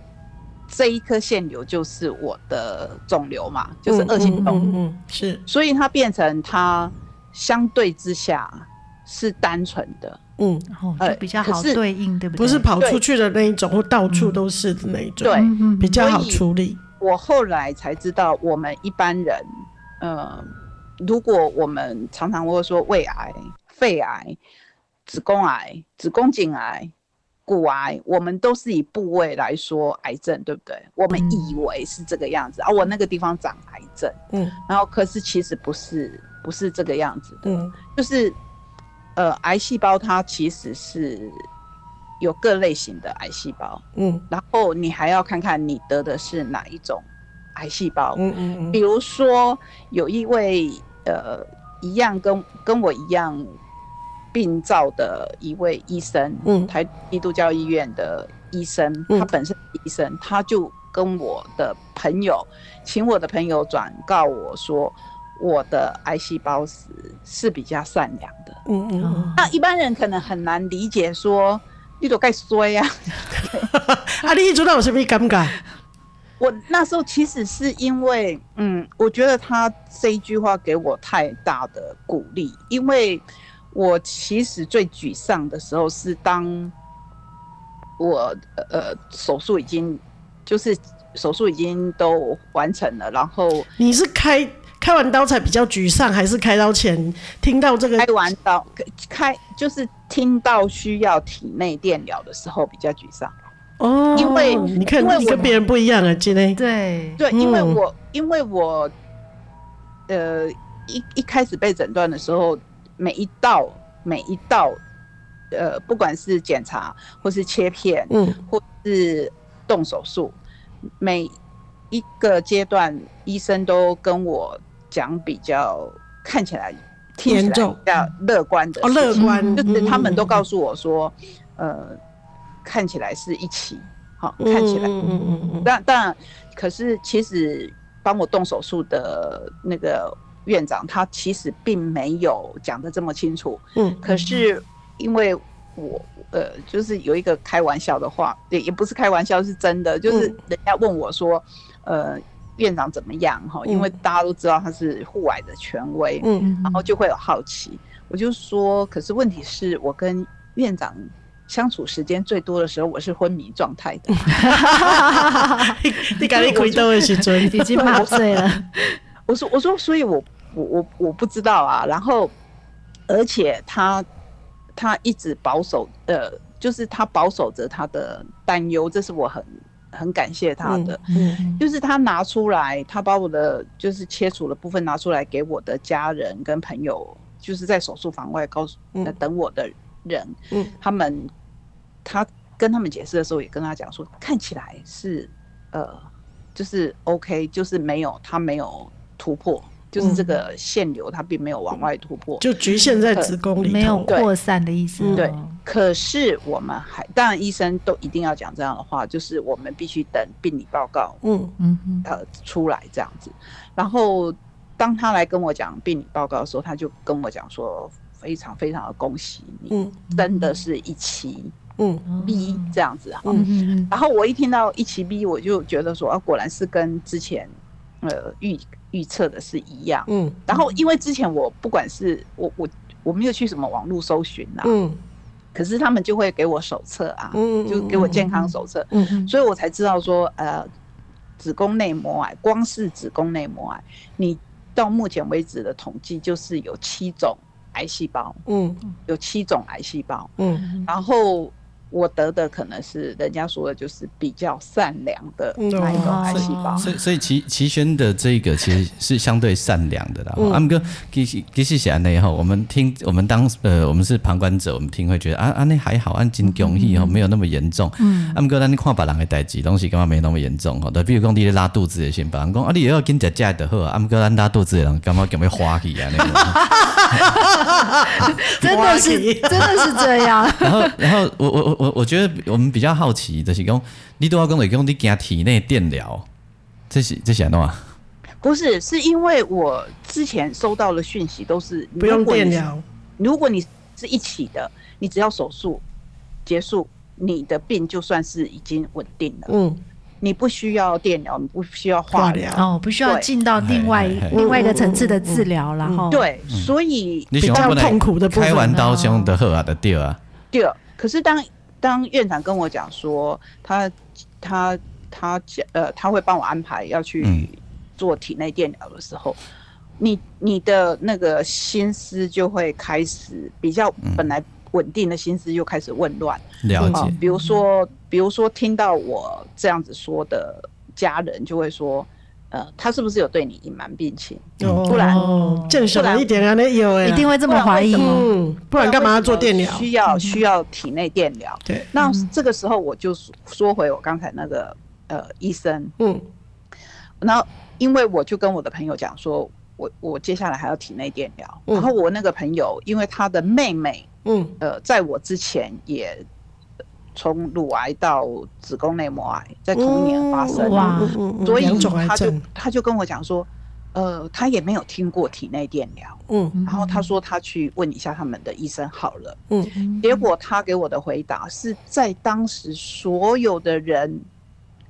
Speaker 4: 这一颗腺瘤就是我的肿瘤嘛，就是恶性
Speaker 2: 嗯
Speaker 4: 肿瘤。
Speaker 2: 嗯嗯嗯是
Speaker 4: 所以它变成它相对之下是单纯的，
Speaker 2: 嗯，
Speaker 3: 哦，
Speaker 4: 呃
Speaker 3: 就比较
Speaker 4: 可
Speaker 3: 好
Speaker 4: 是
Speaker 3: 对应，对不对？
Speaker 2: 不是跑
Speaker 4: 对嗯
Speaker 2: 出去的那一种，或到处都是的那一种，
Speaker 4: 对
Speaker 3: 嗯，嗯
Speaker 2: 比较好
Speaker 4: 所以
Speaker 2: 处理。
Speaker 4: 我后来才知道，我们一般人，呃，如果我们常常会说胃癌、肺癌、子宫癌、子宫颈癌、骨癌，我们都是以部位来说癌症，对不对？我们
Speaker 3: 嗯
Speaker 4: 以为是这个样子、啊，我那个地方长癌症，
Speaker 2: 嗯
Speaker 4: 然后可是其实不是，不是这个样子的。
Speaker 2: 嗯
Speaker 4: 就是呃，癌细胞它其实是有各类型的癌细胞，
Speaker 2: 嗯
Speaker 4: 然后你还要看看你得的是哪一种癌细胞。
Speaker 2: 嗯嗯嗯
Speaker 4: 比如说，有一位呃一样跟跟我一样病灶的一位医生，
Speaker 2: 嗯
Speaker 4: 台基督教医院的医生，
Speaker 2: 嗯
Speaker 4: 他本身是医生，他就跟我的朋友，请我的朋友转告我说，我的癌细胞是是比较善良的。
Speaker 2: 嗯嗯嗯，
Speaker 3: 哦
Speaker 4: 那一般人可能很难理解说，你都该衰呀、
Speaker 2: 啊，你一直到有什么感觉？
Speaker 4: 我那时候其实是因为，嗯，我觉得他这一句话给我太大的鼓励，因为我其实最沮丧的时候是当我呃手术已经就是手术已经都完成了，然后
Speaker 2: 你是开开完刀才比较沮丧，还是开刀前听到这个
Speaker 4: 开？完刀开就是听到需要体内电疗的时候比较沮丧。
Speaker 2: 哦，
Speaker 4: 因为
Speaker 2: 你看
Speaker 4: 因为
Speaker 2: 你
Speaker 4: 我
Speaker 2: 跟别人不一样啊，今天
Speaker 3: 对，
Speaker 4: 对，因为
Speaker 2: 嗯
Speaker 4: 我、因为我，呃，一一开始被诊断的时候，每一道每一道，呃，不管是检查或是切片，
Speaker 2: 嗯
Speaker 4: 或是动手术，每一个阶段医生都跟我讲比较看起来听起
Speaker 2: 严
Speaker 4: 来
Speaker 2: 重
Speaker 4: 比较乐观的
Speaker 2: 哦，
Speaker 4: 事
Speaker 2: 乐
Speaker 4: 情
Speaker 2: 观，
Speaker 4: 就是他们都告
Speaker 2: 诉
Speaker 4: 诉我说，呃，看起来是一起，好、看起来
Speaker 2: 嗯嗯嗯嗯
Speaker 4: 但但可是其实帮我动手术的那个院长，他其实并没有讲的这么清楚。
Speaker 2: 嗯
Speaker 4: 可是因为我呃，就是有一个开玩笑的话，也也不是开玩笑，是真的，就是
Speaker 2: 嗯
Speaker 4: 人家问我说，呃，院长怎么样哈？因为
Speaker 2: 嗯
Speaker 4: 大家都知道他是护癌的权威，
Speaker 2: 嗯
Speaker 3: 嗯
Speaker 4: 然后就会有好奇。我就说，可是问题是我跟院长相处时间最多的时候，我是昏迷状态的。
Speaker 2: 嗯，你赶紧回到的时阵，
Speaker 3: 已经麻醉了，
Speaker 4: 我说我说，所以我我我我不知道啊。然后，而且他他一直保守，呃，就是他保守着他的担忧，这是我很很感谢他的。
Speaker 3: 嗯
Speaker 4: 就是他拿出来，他把我的就是切除的部分拿出来给我的家人跟朋友，就是在手术房外告诉、
Speaker 2: 嗯
Speaker 4: 呃、等我的人，
Speaker 2: 嗯
Speaker 4: 他们他跟他们解释的时候也跟他讲说，看起来是呃就是 OK，就是没有他没有突破，就是这个腺瘤它并没有往外突破，
Speaker 2: 嗯就局限在子宫里
Speaker 3: 没
Speaker 2: 头。
Speaker 3: 有扩散的意思哦。
Speaker 2: 嗯
Speaker 4: 对，可是我们还当然医生都一定要讲这样的话，就是我们必须等病理报告
Speaker 2: 嗯
Speaker 3: 嗯哼，
Speaker 4: 呃出来这样子。然后当他来跟我讲病理报告的时候，他就跟我讲说，非常非常的恭喜你，
Speaker 2: 嗯
Speaker 4: 真的是一期
Speaker 2: 嗯
Speaker 3: 哦
Speaker 4: B 这样子哈。啊
Speaker 2: 嗯
Speaker 3: 嗯嗯嗯
Speaker 4: 然后我一听到一期 B，我就觉得说，啊，果然是跟之前呃预预测的是一样。
Speaker 2: 嗯
Speaker 4: 然后因为之前我不管是我我我没有去什么网络搜寻啊，
Speaker 2: 嗯
Speaker 4: 可是他们就会给我手册啊，
Speaker 2: 嗯嗯
Speaker 4: 就给我健康手册，
Speaker 3: 嗯
Speaker 4: 所以我才知道说，呃，子宫内膜癌，光是子宫内膜癌，你到目前为止的统计就是有七种癌细胞，
Speaker 2: 嗯
Speaker 4: 有七种癌细胞，
Speaker 2: 嗯
Speaker 4: 然后我得的可能是人家说的就是比较善良的
Speaker 2: 嗯
Speaker 4: 那一种癌
Speaker 3: 哦
Speaker 4: 细胞，
Speaker 1: 所以，所以齐齐轩的这个其实是相对善良的啦。
Speaker 2: 嗯
Speaker 1: 阿姆哥，其实其实是安内哈，我们听我们当呃我们是旁观者，我们听会觉得啊安内还好，安真恭喜哦，没有那么严重。
Speaker 3: 嗯
Speaker 1: 阿姆哥，咱看别人的代志，东西干嘛没那么严重吼？对，比如讲你咧拉肚子的时候，别人讲啊你也要跟食食的好啊。阿姆哥，咱拉肚子的人感觉咁要花去啊那种。
Speaker 3: 真的 是真的是这样。
Speaker 1: 然后，然后我我我我我觉得我们比较好奇的是讲，你都要讲的讲你惊体内电疗，这是这是安怎样？
Speaker 4: 不是，是因为我之前收到的讯息都是
Speaker 2: 不用
Speaker 4: 如果你
Speaker 2: 电
Speaker 4: 是
Speaker 2: 疗。
Speaker 4: 如果你是一起的，你只要手术结束，你的病就算是已经稳定了，
Speaker 2: 嗯
Speaker 4: 你不需要电疗，你不需要
Speaker 2: 化
Speaker 4: 化疗。
Speaker 2: 疗。
Speaker 3: 哦，不需要
Speaker 4: 对嗯
Speaker 3: 进到另外
Speaker 1: 嘿嘿嘿
Speaker 3: 另外一个层次的治疗然后
Speaker 4: 对，所以
Speaker 1: 嗯你
Speaker 2: 比
Speaker 1: 想
Speaker 2: 较
Speaker 1: 不能
Speaker 2: 痛苦的部分
Speaker 1: 开完刀想的好啊的掉啊，
Speaker 4: 第二，可是当当院长跟我讲说，他他他讲呃，他会帮我安排要
Speaker 1: 嗯
Speaker 4: 去做体内电疗的时候，你你的那个心思就会开始比较
Speaker 1: 嗯
Speaker 4: 本来稳定的心思又开始紊乱。
Speaker 1: 了
Speaker 4: 啊
Speaker 1: 解，，
Speaker 4: 比如说，比如说听到我这样子说的家人就会说，呃，他是不是有对你隐瞒病情？
Speaker 2: 哦，
Speaker 4: 不然
Speaker 2: 正常一点啊，那有哎，
Speaker 3: 一定会这么怀疑。
Speaker 2: 嗯，不然干嘛要做电疗？嗯
Speaker 4: 需要需要体内电疗。
Speaker 2: 对，
Speaker 4: 那这个时候我就说说回我刚才那个呃医生，
Speaker 2: 嗯
Speaker 4: 那因为我就跟我的朋友讲说，我我接下来还要体内电疗，
Speaker 2: 嗯
Speaker 4: 然后我那个朋友因为他的妹妹
Speaker 2: 嗯
Speaker 4: 呃，在我之前也呃从乳癌到子宫内膜癌，在同年发生，
Speaker 3: 嗯哇
Speaker 4: 所以
Speaker 2: 两种癌
Speaker 4: 他就
Speaker 2: 症，
Speaker 4: 他就跟我讲说，呃，他也没有听过体内电疗，
Speaker 2: 嗯
Speaker 3: 嗯
Speaker 4: 然后他说他去问一下他们的医生好了，
Speaker 2: 嗯
Speaker 4: 结果他给我的回答是在当时所有的人。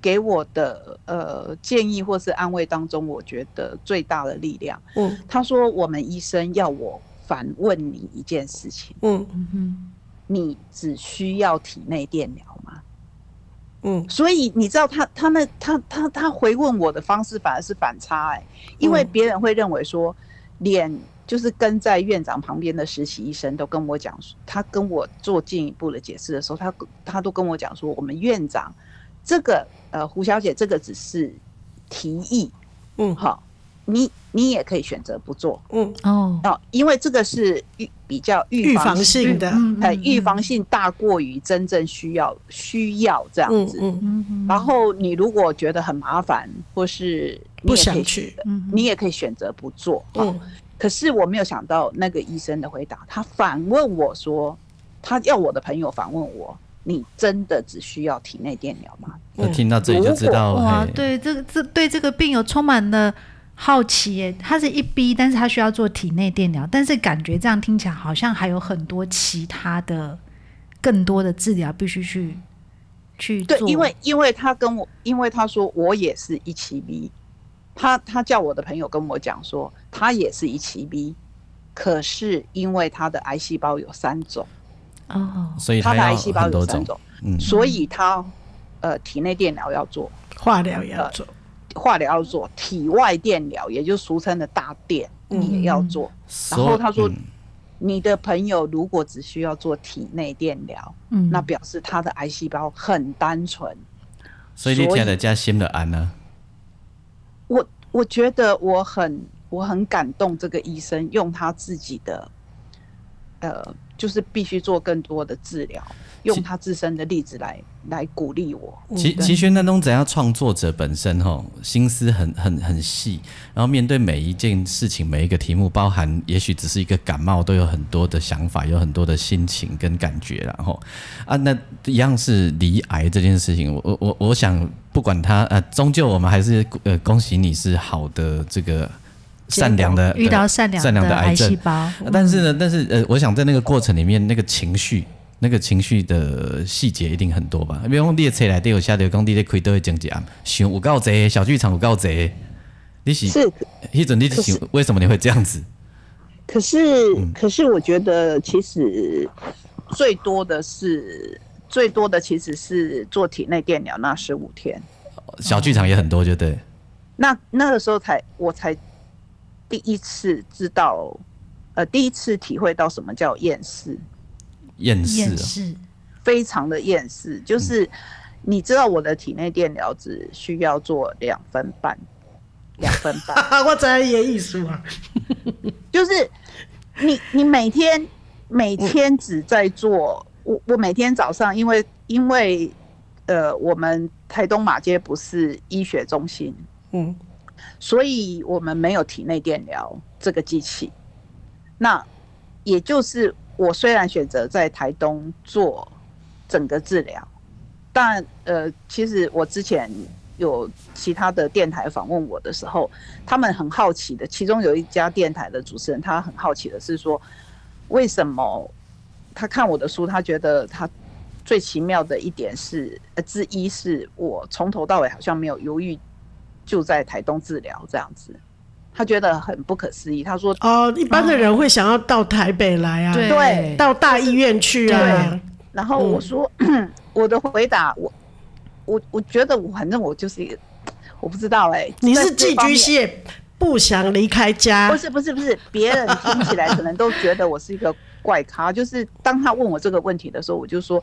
Speaker 4: 给我的呃建议或是安慰当中，我觉得最大的力量。
Speaker 2: 嗯
Speaker 4: 他说：“我们医生要我反问你一件事情，
Speaker 2: 嗯
Speaker 3: 嗯
Speaker 4: 你只需要体内电疗吗？
Speaker 2: 嗯
Speaker 4: 所以你知道他他那他他他回问我的方式反而是反差哎、因为
Speaker 2: 嗯
Speaker 4: 别人会认为说，脸就是跟在院长旁边的实习医生都跟我讲说，他跟我做进一步的解释的时候，他他都跟我讲说，我们院长这个呃胡小姐这个只是提议，
Speaker 2: 嗯
Speaker 4: 好，你你也可以选择不做
Speaker 2: 嗯，
Speaker 3: 哼哦，
Speaker 4: 哦，因为这个是预比较
Speaker 2: 预
Speaker 4: 预
Speaker 2: 防
Speaker 4: 防
Speaker 2: 性的，
Speaker 3: 嗯
Speaker 4: 呃，预防性大过于真正需要需要这样
Speaker 2: 嗯
Speaker 4: 子。
Speaker 2: 嗯，
Speaker 3: 嗯哼
Speaker 4: 然后你如果觉得很麻烦，或是你
Speaker 2: 不
Speaker 4: 也可以
Speaker 2: 想去，
Speaker 3: 嗯哼
Speaker 4: 你也可以选择不做。嗯，
Speaker 2: 嗯
Speaker 4: 可是我没有想到那个医生的回答，他反问我说，他要我的朋友反问我，你真的只需要体内电疗吗？
Speaker 1: 我听到这里就知道，
Speaker 4: 嗯
Speaker 3: 哇，
Speaker 1: 哦嘿，
Speaker 3: 对这个这对这个病友充满了好奇耶。他是一 B，但是他需要做体内电疗，但是感觉这样听起来好像还有很多其他的更多的治疗必须去去
Speaker 4: 对
Speaker 3: 做。，
Speaker 4: 因为因为他跟我，因为他说我也是一期 B，他他叫我的朋友跟我讲说，他也是一期 B，可是因为他的癌细胞有三种，
Speaker 3: 哦，
Speaker 1: 所以
Speaker 4: 他
Speaker 1: 它
Speaker 4: 的
Speaker 1: 要
Speaker 4: 癌细胞
Speaker 1: 很
Speaker 4: 有
Speaker 1: 多
Speaker 4: 三
Speaker 1: 种，
Speaker 4: 种，
Speaker 1: 嗯
Speaker 4: 所以他呃体内电疗要做，
Speaker 2: 化疗也要做，
Speaker 4: 化疗要做，体外电疗也就俗称的大电你也要做。然
Speaker 1: 所
Speaker 4: 后他说
Speaker 1: 嗯，
Speaker 4: 你的朋友如果只需要做体内电疗，
Speaker 3: 嗯，
Speaker 4: 那表示他的癌细胞很单纯。
Speaker 1: 所以你听得加心的安呢？
Speaker 4: 我我觉得我很我很感动，这个医生用他自己的，呃，就是必须做更多的治疗，用他自身的例子来来鼓励我。
Speaker 3: 嗯
Speaker 1: 其其实那种怎样创作者本身吼，心思很很很细，然后面对每一件事情、每一个题目，包含也许只是一个感冒，都有很多的想法，有很多的心情跟感觉啦，然后啊，那一样是离癌这件事情，我我我我想，不管他呃，终究我们还是呃，恭喜你是好的这个善良的
Speaker 3: 遇到善良
Speaker 1: 呃善良的癌
Speaker 3: 癌
Speaker 1: 症
Speaker 3: 细，胞，
Speaker 1: 但是呢，但是呃，我想在那个过程里面，那个情绪。那个情绪的细节一定很多吧？比如讲，你的车内底有写着讲，你咧开刀的经济案，想有够侪，小剧场有够侪。你是
Speaker 4: 是，
Speaker 1: 迄阵你是想为什么你会这样子？
Speaker 4: 可是可是我觉得其实最多的是最多的其实是做体内电疗那十五天。
Speaker 1: 小剧场也很多，就对。
Speaker 4: 那那个时候才我才第一次知道，呃，第一次体会到什么叫厌世，
Speaker 1: 厌世
Speaker 3: 厌
Speaker 1: 哦，
Speaker 3: 世，
Speaker 4: 非常的厌世，就是你知道我的体内电疗只需要做两分半，两分半，
Speaker 2: 啊， 我知伊的意思啊。
Speaker 4: 就是你你每天每天只在做，我我每天早上因为因为呃我们台东马街不是医学中心，
Speaker 2: 嗯，
Speaker 4: 所以我们没有体内电疗这个机器。那也就是我虽然选择在台东做整个治疗，但呃，其实我之前有其他的电台访问我的时候，他们很好奇的，其中有一家电台的主持人，他很好奇的是说，为什么他看我的书，他觉得他。最奇妙的一点是，呃，之一是我从头到尾好像没有犹豫就在台东治疗这样子，他觉得很不可思议。他说
Speaker 2: 哦，一般的人会想要到台北来啊，
Speaker 4: 嗯对
Speaker 2: 到大医院去啊，
Speaker 4: 然后我说、
Speaker 2: 嗯
Speaker 4: 我的回答，我我我觉得我反正我就是一个，我不知道哎、
Speaker 2: 你
Speaker 4: 在
Speaker 2: 是
Speaker 4: 这
Speaker 2: 寄
Speaker 4: 方
Speaker 2: 居啊
Speaker 4: 面。
Speaker 2: 蟹，不想离开家
Speaker 4: 不。是不是不是，别人听起来可能都觉得我是一个怪咖。 就是当他问我这个问题的时候，我就说，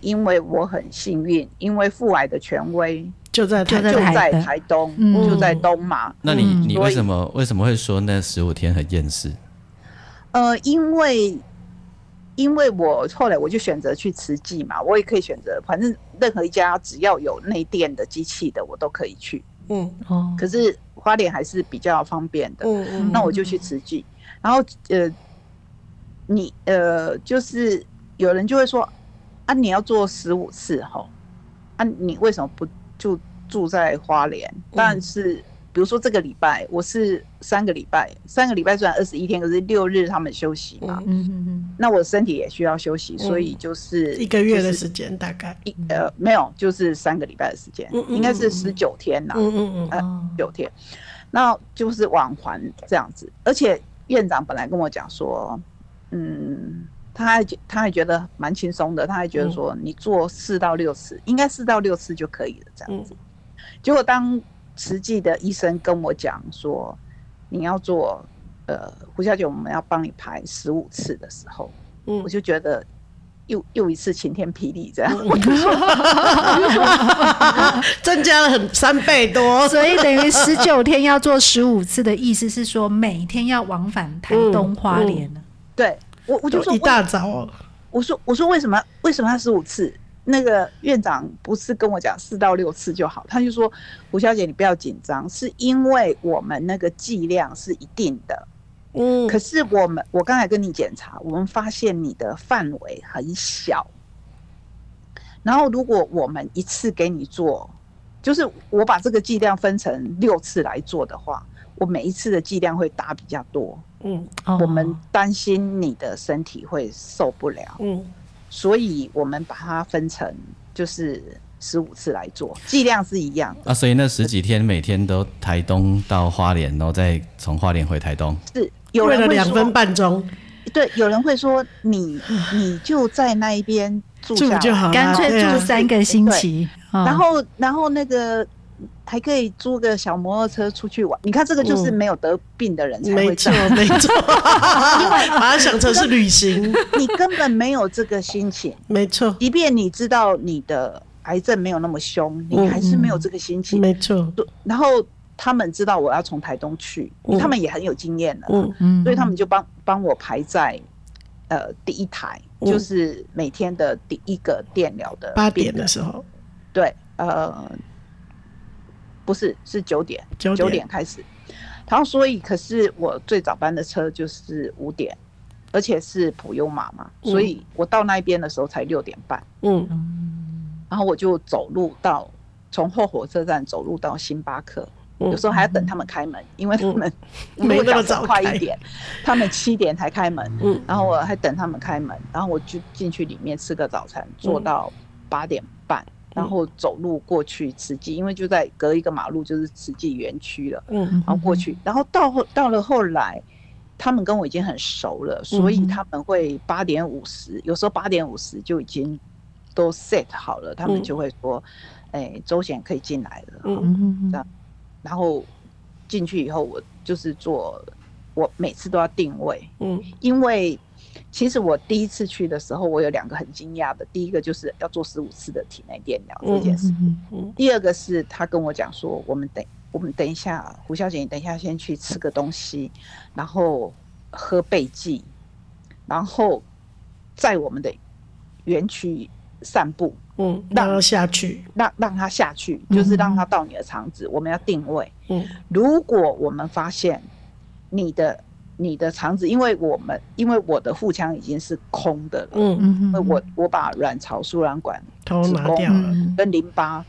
Speaker 4: 因为我很幸运，因为父癌的权威
Speaker 2: 就在台
Speaker 3: 就在
Speaker 4: 就在
Speaker 3: 台
Speaker 4: 台东，
Speaker 3: 嗯
Speaker 4: 就在东马。
Speaker 1: 那你
Speaker 3: 嗯
Speaker 1: 你
Speaker 4: 所以
Speaker 1: 为什么为什么会说那十五天很厌世？
Speaker 4: 呃，因为因为我后来我就选择去慈济嘛，我也可以选择，反正任何一家只要有内电的机器的，我都可以去。
Speaker 2: 嗯
Speaker 3: 哦，
Speaker 4: 可是花莲还是比较方便的，
Speaker 2: 嗯嗯，
Speaker 4: 那我就去慈济。然后呃，你呃，就是有人就会说啊，你要做十五次吼，啊，你为什么不就住在花莲？
Speaker 2: 嗯
Speaker 4: 但是比如说这个礼拜我是三个礼拜，三个礼拜虽然二十一天，可是六日他们休息嘛，
Speaker 2: 嗯
Speaker 3: 嗯嗯嗯，
Speaker 4: 那我身体也需要休息，所以就是
Speaker 2: 一个月
Speaker 4: 就
Speaker 2: 的
Speaker 4: 是
Speaker 2: 时间大概。
Speaker 4: 一呃没有，就是三个礼拜的时间
Speaker 2: 嗯，嗯
Speaker 4: 应该
Speaker 2: 嗯
Speaker 4: 是
Speaker 2: 嗯
Speaker 4: 十九天啦。
Speaker 2: 嗯嗯嗯，
Speaker 4: 呃
Speaker 3: 哦
Speaker 4: 九天，那就是往还这样子。而且院长本来跟我讲说，嗯，他还觉他还觉得蛮轻松的，他还
Speaker 2: 嗯
Speaker 4: 觉得说你做四到六次，应该四到六次就可以了这样子。
Speaker 2: 嗯
Speaker 4: 结果当实际的医生跟我讲说，你要做呃胡小姐，我们要帮你排十五次的时候，
Speaker 2: 嗯
Speaker 4: 我就觉得又又一次晴天霹雳这样。
Speaker 2: 增加了很三倍多。
Speaker 3: 所以等于十九天要做十五次的意思是说，每天要往返台东花莲呢。
Speaker 4: 对我我就说
Speaker 2: 一
Speaker 4: 为
Speaker 2: 大早哦，
Speaker 4: 我说我说为什么为什么要十五次？那个院长不是跟我讲四到六次就好，他就说吴小姐你不要紧张，是因为我们那个剂量是一定的，
Speaker 2: 嗯，
Speaker 4: 可是我们我刚才跟你检查，我们发现你的范围很小，然后如果我们一次给你做，就是我把这个剂量分成六次来做的话，我每一次的剂量会打比较多，
Speaker 2: 嗯
Speaker 3: 哦
Speaker 4: 我们担心你的身体会受不了。
Speaker 2: 嗯，
Speaker 4: 所以我们把它分成就是十五次来做，剂量是一样
Speaker 1: 啊，所以那十几天每天都台东到花莲，然后再从花莲回台东。
Speaker 4: 的。是有
Speaker 2: 为
Speaker 4: 人
Speaker 2: 了
Speaker 4: 会
Speaker 2: 两分
Speaker 4: 说，
Speaker 2: 半钟
Speaker 4: 对，有人会说 你你就在那一边住
Speaker 2: 住
Speaker 4: 下
Speaker 2: 就
Speaker 4: 来，
Speaker 2: 好了，
Speaker 3: 干脆
Speaker 2: 对啊
Speaker 3: 住三个星期，哦
Speaker 4: 然后然后那个还可以租个小摩托车出去玩。你看这个就是
Speaker 2: 嗯
Speaker 4: 没有得病的人才
Speaker 2: 没
Speaker 4: 会这
Speaker 2: 错
Speaker 4: 样，
Speaker 2: 没错， 把它想成是旅行，
Speaker 4: 你根本没有这个心情。
Speaker 2: 没错
Speaker 4: 即便你知道你的癌症没有那么凶，你还是没有这个心情。
Speaker 2: 嗯没错，
Speaker 4: 然后他们知道我要从台东去，
Speaker 2: 嗯
Speaker 4: 他们也很有经验了，
Speaker 2: 嗯
Speaker 3: 嗯，
Speaker 4: 所以他们就帮帮我排在呃第一台，
Speaker 2: 嗯
Speaker 4: 就是每天的第一个电疗的
Speaker 2: 八点
Speaker 4: 病
Speaker 2: 的
Speaker 4: 人
Speaker 2: 时候，
Speaker 4: 对，呃，不是是九点，
Speaker 2: 9点
Speaker 4: 九点开始。然后所以可是我最早班的车就是五点，而且是普悠玛嘛，
Speaker 2: 嗯
Speaker 4: 所以我到那边的时候才六点半。
Speaker 2: 嗯
Speaker 4: 然后我就走路到从后火车站走路到星巴克，
Speaker 2: 嗯
Speaker 4: 有时候还要等他们开门，因为他们、
Speaker 2: 没那么早
Speaker 4: 快
Speaker 2: 开
Speaker 4: 一点，他们七点才开门，
Speaker 2: 嗯
Speaker 4: 然后我还等他们开门，然后我就进去里面吃个早餐，
Speaker 2: 嗯
Speaker 4: 坐到八点半，然后走路过去慈济，因为就在隔一个马路就是慈济园区了，
Speaker 2: 嗯
Speaker 4: 然后过去，然后到后到了后来。他们跟我已经很熟了，所
Speaker 2: 嗯
Speaker 4: 以他们会八点五十，有时候八点五十就已经都 set 好了，他们
Speaker 2: 嗯
Speaker 4: 就会说：“哎、周显可以进来了。”
Speaker 2: 嗯
Speaker 3: 嗯，嗯
Speaker 4: 这样然后进去以后，我就是做，我每次都要定位，
Speaker 2: 嗯
Speaker 4: 因为其实我第一次去的时候，我有两个很惊讶的，第一个就是要做十五次的体内电疗这件事，
Speaker 3: 嗯
Speaker 2: 嗯
Speaker 4: 第二个是他跟我讲说，我们等我们等一下，胡小姐，你等一下先去吃个东西，然后喝贝剂，然后在我们的园区散步，
Speaker 2: 嗯，然后下去，
Speaker 4: 让让他下去，就是让他到你的肠子，我们要定位。
Speaker 2: 嗯
Speaker 4: 如果我们发现你的你的肠子，因为我们因为我的腹腔已经是空的了，
Speaker 2: 嗯，
Speaker 3: 嗯
Speaker 4: 因为
Speaker 3: 嗯
Speaker 4: 我我把卵巢输卵管
Speaker 2: 头拿掉了，
Speaker 3: 嗯
Speaker 4: 跟淋巴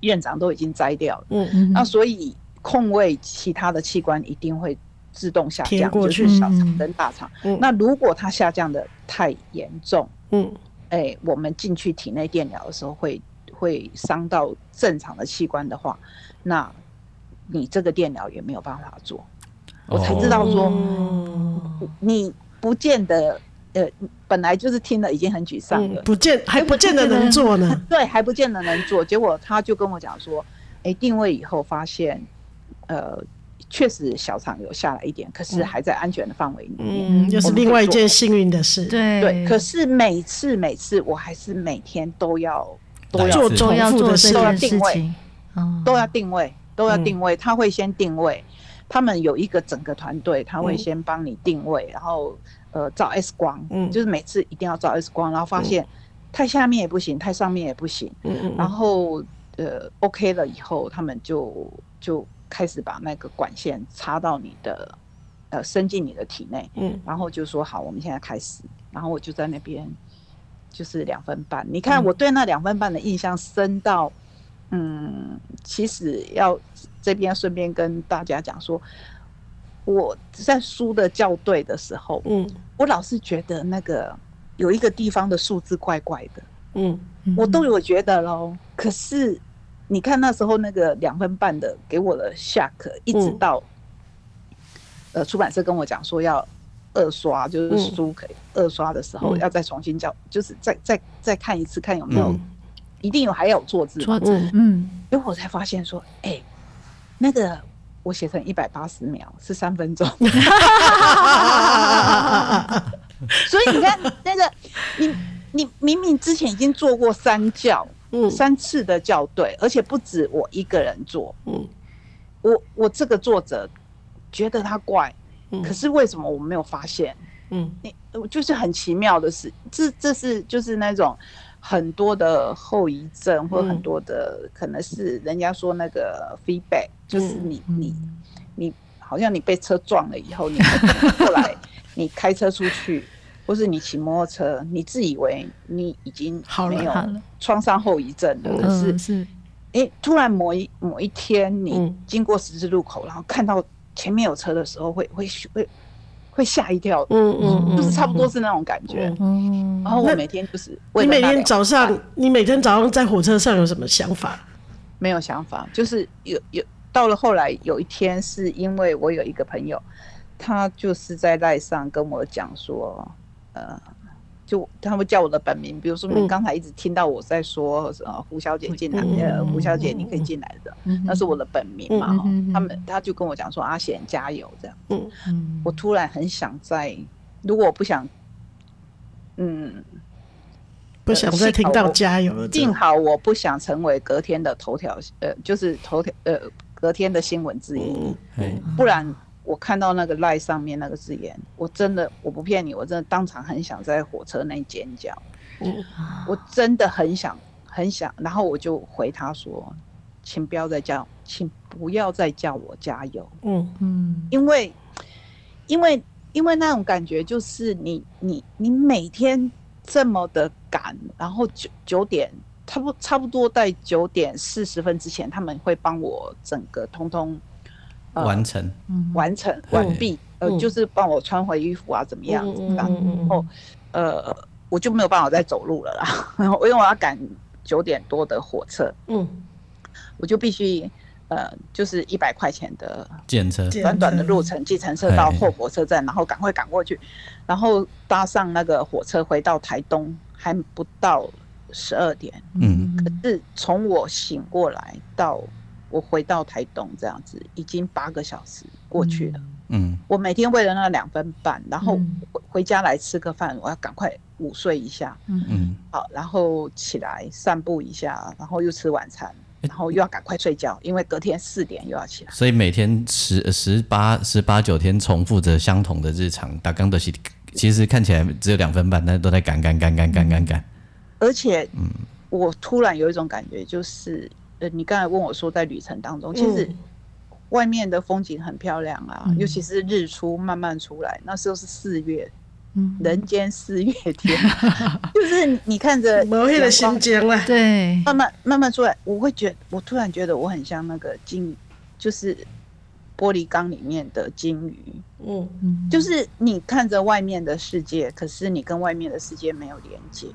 Speaker 4: 院长都已经摘掉了，
Speaker 2: 嗯
Speaker 3: 嗯
Speaker 4: 那所以空位其他的器官一定会自动下
Speaker 2: 填
Speaker 4: 降，
Speaker 2: 过
Speaker 4: 就
Speaker 2: 去
Speaker 4: 是小
Speaker 3: 嗯
Speaker 4: 肠跟大肠。
Speaker 2: 嗯
Speaker 4: 那如果它下降的太严重，
Speaker 2: 嗯
Speaker 4: 哎、我们进去体内电疗的时候会会伤到正常的器官的话，那你这个电疗也没有办法做。我才知
Speaker 1: 哦
Speaker 2: 嗯
Speaker 4: 道说、
Speaker 2: 哦
Speaker 4: 你不见得，呃，本来就是听了已经很沮丧
Speaker 2: 嗯
Speaker 4: 了，，
Speaker 2: 不见还不见得能做呢，
Speaker 4: 对，还不见得能做。结果他就跟我讲说，哎、定位以后发现，呃，确实小肠有下来一点，可是还在安全的范围里面。
Speaker 2: 嗯，又是另外一件幸运的事，
Speaker 3: 对
Speaker 4: 对，可是每次每次我还是每天都要都要
Speaker 2: 做
Speaker 1: 是
Speaker 2: 重
Speaker 3: 都要
Speaker 2: 复
Speaker 3: 做
Speaker 2: 的
Speaker 3: 这
Speaker 2: 事，
Speaker 3: 件
Speaker 4: 都要定
Speaker 3: 事
Speaker 4: 位
Speaker 3: 情，嗯
Speaker 4: 都要定位，都要
Speaker 2: 嗯
Speaker 4: 定位，他会先定位，他们有一个整个团队，他会
Speaker 2: 嗯
Speaker 4: 先帮你定位，然后呃照 X 光，
Speaker 2: 嗯
Speaker 4: 就是每次一定要照 X 光，然后发现太下面也不行，太上面也不行，
Speaker 2: 嗯
Speaker 4: 然后呃 OK 了以后，他们就就开始把那个管线插到你的呃伸进你的体内，
Speaker 2: 嗯
Speaker 4: 然后就说好，我们现在开始，然后我就在那边就是两分半，你看我对那两分半的印象深到，嗯，其实要这边顺便跟大家讲说，我在书的校对的时候，
Speaker 2: 嗯
Speaker 4: 我老是觉得那个有一个地方的数字怪怪的，
Speaker 2: 嗯
Speaker 4: 我都有觉得喽，可是。你看那时候那个两分半的给我的 shock，一直
Speaker 2: 嗯
Speaker 4: 到、呃出版社跟我讲说要二刷，就
Speaker 2: 嗯
Speaker 4: 是书可以二刷的时候、
Speaker 2: 嗯
Speaker 4: 要再重新校，就是再再再看一次，看有没有、
Speaker 2: 嗯
Speaker 4: 一定有还有错字。
Speaker 3: 错字
Speaker 2: 嗯，
Speaker 3: 嗯
Speaker 4: 结果我才发现说，哎、那个我写成一百八十秒是三 分钟，所以你看那个你你明明之前已经做过三校、
Speaker 2: 嗯
Speaker 4: 三次的校对，而且不止我一个人做，
Speaker 2: 嗯
Speaker 4: 我我这个作者觉得他怪，
Speaker 2: 嗯
Speaker 4: 可是为什么我没有发现？
Speaker 2: 嗯
Speaker 4: 你呃就是很奇妙的事，这这是就是那种很多的后遗症，或
Speaker 2: 嗯嗯
Speaker 4: 很多的、可能是人家说那个 feedback，就是你、你你好像你被车撞了以后，你后 来你开车出去，或是你骑摩托车，你自以为你已经
Speaker 2: 好了
Speaker 4: 没有
Speaker 3: 好了
Speaker 4: 创伤后遗症了，可是
Speaker 3: 嗯是
Speaker 4: 哎、突然某一某一天，你
Speaker 2: 嗯
Speaker 4: 经过十字路口，然后看到前面有车的时候会，会会会吓一跳，
Speaker 2: 嗯嗯，
Speaker 4: 就是差不多是那种感觉。
Speaker 2: 嗯
Speaker 3: 嗯
Speaker 4: 然后我
Speaker 2: 那
Speaker 4: 每天就是为
Speaker 2: 你
Speaker 4: 了
Speaker 2: 每
Speaker 4: 那
Speaker 2: 天
Speaker 4: 两
Speaker 2: 早上，你每天早上在火车上有什么想法？
Speaker 4: 没有想法，就是有有到了后来有一天，是因为我有一个朋友，他就是在赖上跟我讲说，呃，就他会叫我的本名，比如说
Speaker 2: 嗯
Speaker 4: 你刚才一直听到我在说呃胡小姐进来，呃胡小姐你可以进来的，
Speaker 3: 嗯嗯哼
Speaker 4: 那是我的本名嘛
Speaker 3: 嗯
Speaker 4: 哈
Speaker 3: 嗯嗯嗯。
Speaker 4: 他们他就跟我讲说阿贤加油这样，
Speaker 2: 嗯
Speaker 3: 嗯
Speaker 4: 我突然很想在，如果我不想，嗯，
Speaker 2: 不想再听到加油了。
Speaker 4: 幸好我不想成为隔天的头条，呃，就是头条呃隔天的新闻之一，
Speaker 2: 嗯，
Speaker 1: 哎，
Speaker 4: 不然我看到那个赖上面那个字眼，我真的我不骗你，我真的当场很想在火车内尖叫，
Speaker 2: 嗯
Speaker 4: 我真的很想很想，然后我就回他说，请不要再叫，请不要再叫我加油，
Speaker 2: 嗯
Speaker 3: 嗯
Speaker 4: 因为因为因为那种感觉就是你你你每天这么的赶，然后九九点。差不差不多在九点四十分之前，他们会帮我整个通通呃
Speaker 1: 完成，
Speaker 3: 嗯
Speaker 4: 完成
Speaker 1: 嗯
Speaker 4: 完毕，呃，
Speaker 2: 嗯
Speaker 4: 就是帮我穿回衣服啊，怎么样
Speaker 2: 嗯
Speaker 4: 子
Speaker 2: 嗯
Speaker 4: 的，
Speaker 2: 嗯
Speaker 4: 后呃，我就没有办法再走路了啦， 然后因为我要赶九点多的火车，
Speaker 2: 嗯，
Speaker 4: 我就必须呃，就是一百块钱的
Speaker 1: 检测，
Speaker 2: 检
Speaker 4: 短短的路程，计程车到后火车站，然后赶快赶过去，然后搭上那个火车回到台东，还不到十二点，
Speaker 1: 嗯
Speaker 4: 是从我醒过来到我回到台东这样子，已经八个小时过去了。，
Speaker 1: 嗯
Speaker 4: 我每天为了那两分半，然后
Speaker 3: 嗯
Speaker 4: 回回家来吃个饭，我要赶快午睡一下，
Speaker 3: 嗯嗯
Speaker 1: 嗯，
Speaker 4: 好，然后起来散步一下，然后又吃晚餐，然后又要赶快睡觉，因为隔天四点又要起来。
Speaker 1: 所以每天十十八十八九天重复着相同的日常，打刚的是其实看起来只有两分半，但是都在赶赶赶赶赶赶赶，
Speaker 4: 而且，我突然有一种感觉，就是呃，你刚才问我说，在旅程当中，其实
Speaker 2: 嗯
Speaker 4: 外面的风景很漂亮啊，
Speaker 3: 嗯
Speaker 4: 尤其是日出慢慢出来，那时候是四月，
Speaker 3: 嗯
Speaker 4: 人间四月 天，就是你看着
Speaker 2: 磨黑的
Speaker 4: 阳光
Speaker 2: 心间了。
Speaker 3: 对
Speaker 4: 慢慢慢慢出来，我会觉我突然觉得我很像那个金，就是玻璃缸里面的金鱼，
Speaker 2: 嗯
Speaker 3: 嗯
Speaker 4: 就是你看着外面的世界，可是你跟外面的世界没有连接。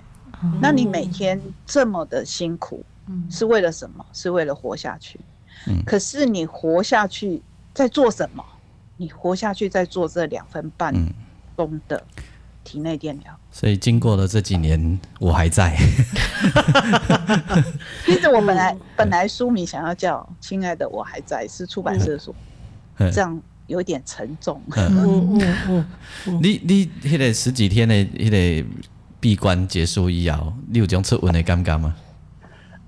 Speaker 3: 嗯
Speaker 4: 那你每天这么的辛苦，
Speaker 3: 嗯
Speaker 4: 是为了什么？是为了活下去。
Speaker 1: 嗯
Speaker 4: 可是你活下去在做什么？你活下去在做这两分半
Speaker 1: 嗯。
Speaker 4: 钟的体内电疗。
Speaker 1: 所以经过了这几年，我还在。
Speaker 4: 其实我本来本来书名想要叫《亲爱的我还在》，是出版社说
Speaker 1: 嗯
Speaker 4: 这样有点沉重。
Speaker 2: 嗯嗯嗯，
Speaker 1: 你你迄个十几天的迄个闭关结束以后，你有种出运的感觉吗？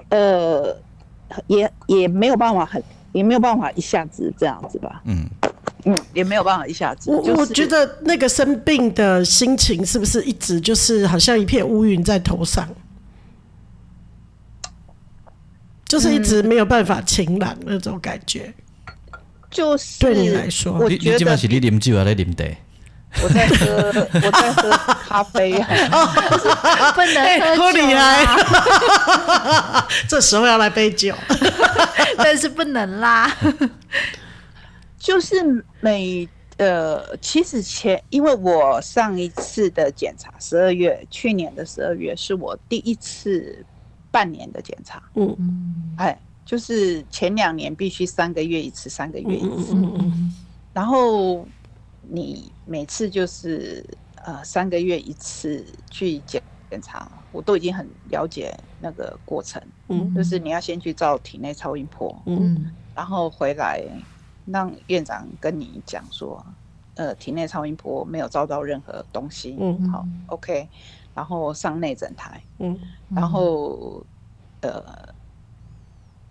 Speaker 4: 呃，也也没有办法很，也没有办法一下子这样子吧。
Speaker 1: 嗯，
Speaker 4: 嗯，也没有办法一下子。
Speaker 2: 我
Speaker 4: 就是
Speaker 2: 我觉得那个生病的心情是不是一直就是好像一片乌云在头上，就是一直没有办法晴朗那种感觉。
Speaker 4: 就是
Speaker 2: 对你来说
Speaker 4: 我
Speaker 1: 你
Speaker 4: 觉
Speaker 1: 你即
Speaker 4: 得
Speaker 1: 摆是你啉酒啊，咧啉茶？
Speaker 4: 我在喝我在喝咖啡 啊，
Speaker 3: 不能
Speaker 1: 哎
Speaker 3: 喝
Speaker 2: 喝
Speaker 3: 酒
Speaker 2: 你
Speaker 3: 啊，
Speaker 2: 来， 这时候要来杯酒。
Speaker 3: 但是不能啦。
Speaker 4: 就是每呃，其实前因为我上一次的检查，十二月去年的十二月是我第一次半年的检查，
Speaker 3: 嗯
Speaker 4: 哎，就是前两年必须三个月一次，三个月一次。
Speaker 2: 嗯嗯嗯
Speaker 4: 然后你每次就是呃三个月一次去检检查，我都已经很了解那个过程，
Speaker 2: 嗯
Speaker 4: 就是你要先去照体内超音波，
Speaker 2: 嗯
Speaker 3: 嗯
Speaker 4: 然后回来让院长跟你讲说，呃，体内超音波没有照到任何东西，
Speaker 2: 嗯
Speaker 4: 好，OK，然后上内诊台，
Speaker 2: 嗯
Speaker 4: 然后呃，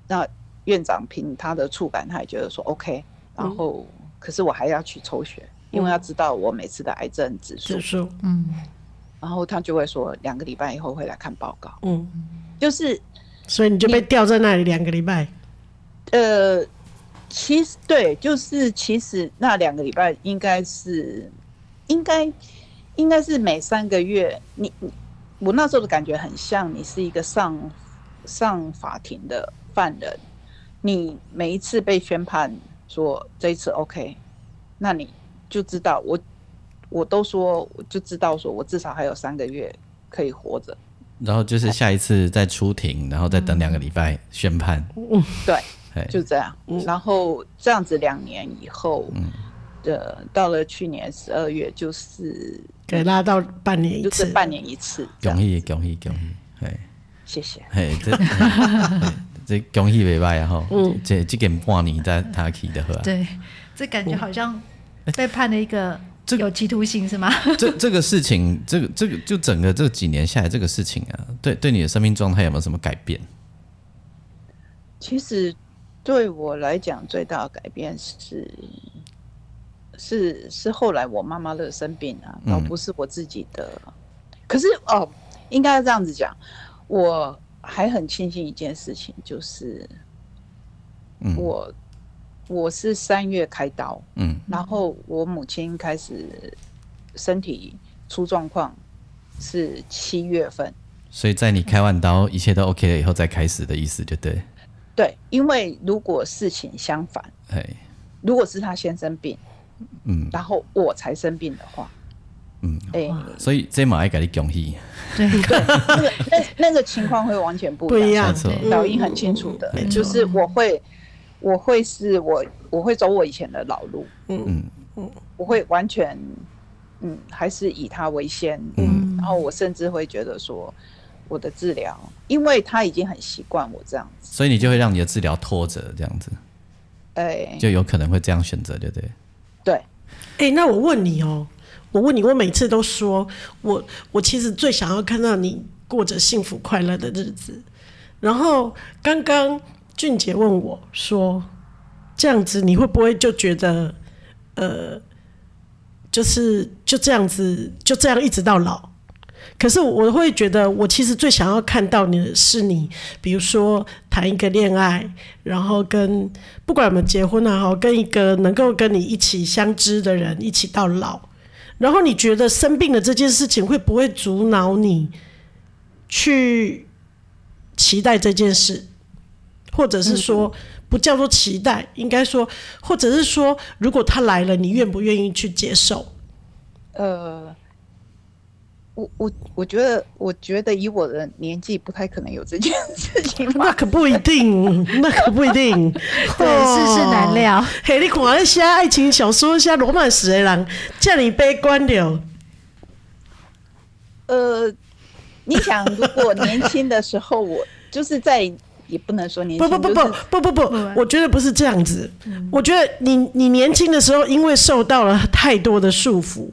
Speaker 4: 那院长凭他的触感，他也觉得说 OK，然后、
Speaker 2: 嗯
Speaker 4: 可是我还要去抽血，因为要知道我每次的癌症指数，
Speaker 2: 指数，
Speaker 3: 嗯
Speaker 4: 然后他就会说两个礼拜以后会来看报告，
Speaker 2: 嗯，
Speaker 4: 就是
Speaker 2: 所以你就被吊在那里两个礼拜。
Speaker 4: 呃，其实对，就是其实那两个礼拜应该是，应该应该是每三个月，你你我那时候的感觉很像你是一个上上法庭的犯人，你每一次被宣判说这一次 OK，那你就知道我我都说我就知道说我至少还有三个月可以活着，
Speaker 1: 然后就是下一次再出庭，然后再等两个礼拜宣判。
Speaker 4: 对。
Speaker 1: 哎，嗯
Speaker 4: 就这样。然后这样子两年以后，呃，到了去年十二月，就是
Speaker 2: 给拉到半年一
Speaker 4: 就是
Speaker 2: 次，
Speaker 4: 半年一次。这
Speaker 1: 恭
Speaker 4: 样
Speaker 1: 喜恭喜恭喜，嘿，
Speaker 4: 谢谢。
Speaker 1: 嘿，这嘿这恭喜袂歹啊吼，这这件半年才他去的好啊。
Speaker 3: 对，这感觉好像被判了一个
Speaker 1: 哎这个
Speaker 3: 有期徒刑是吗？
Speaker 1: 这这个事情，这个这个就整个这几年下来，这个事情啊，对对你的生命状态有没有什么改变？
Speaker 4: 其实对我来讲，最大的改变是是是后来我妈妈的生病啊，
Speaker 1: 嗯
Speaker 4: 倒不是我自己的。可是哦，应该这样子讲，我还很庆幸一件事情，就是
Speaker 1: 嗯，
Speaker 4: 我、我是三月开刀，
Speaker 1: 嗯
Speaker 4: 然后我母亲开始身体出状况是七月份，
Speaker 1: 所以在你开完刀，一切都 OK 了以后再开始的意思，就对。
Speaker 4: 对，因为如果事情相反，
Speaker 1: 哎，
Speaker 4: 如果是她先生病，
Speaker 1: 嗯
Speaker 4: 然后我才生病的话，
Speaker 1: 嗯，
Speaker 4: 哎、
Speaker 1: 所以这嘛要给你恭喜，
Speaker 3: 对，
Speaker 4: 那个那那个情况会完全不
Speaker 2: 不一
Speaker 4: 一样。
Speaker 2: 样
Speaker 1: 没。错，
Speaker 3: 对
Speaker 4: 老鹰很清楚的
Speaker 2: 没，
Speaker 4: 就
Speaker 2: 错
Speaker 4: 是我会，我会是我我会走我以前的老路，
Speaker 1: 嗯
Speaker 4: 我会完全，嗯，还是以他为先，
Speaker 1: 嗯
Speaker 4: 然后我甚至会觉得说，我的治疗，因为他已经很习惯我这样子，
Speaker 1: 所以你就会让你的治疗拖着这样子，
Speaker 4: 哎、
Speaker 1: 就有可能会这样选择，对不对？
Speaker 4: 对，
Speaker 2: 哎、那我问你哦、我问你，我每次都说，我我其实最想要看到你过着幸福快乐的日子。然后刚刚俊杰问我说，这样子你会不会就觉得，呃，就是就这样子，就这样一直到老？可是我会觉得，我其实最想要看到你的是你，比如说谈一个恋爱，然后跟不管我们结婚啊，好跟一个能够跟你一起相知的人一起到老。然后你觉得生病的这件事情会不会阻挠你去期待这件事，或者是说不叫做期待，应该说，或者是说，如果他来了，你愿不愿意去接受？
Speaker 4: 呃，我我我觉得，我觉得以我的年纪，不太可能有这件事情
Speaker 2: 那
Speaker 4: 吧。
Speaker 2: 可不一定， 那可不一定，
Speaker 3: 对，世事难
Speaker 2: 料。
Speaker 1: 哦
Speaker 3: 料。
Speaker 2: 嘿，你看那些爱情小说，些罗曼史的人，叫你悲观了。
Speaker 4: 呃，你想，如果年轻的时候，我就是在也不能说年
Speaker 2: 不不
Speaker 4: 轻，
Speaker 2: 不
Speaker 4: 就是嗯
Speaker 2: 不不不不
Speaker 3: 对，
Speaker 2: 我觉得不是这样子。我觉得你你年轻的时候，因为受到了太多的束缚，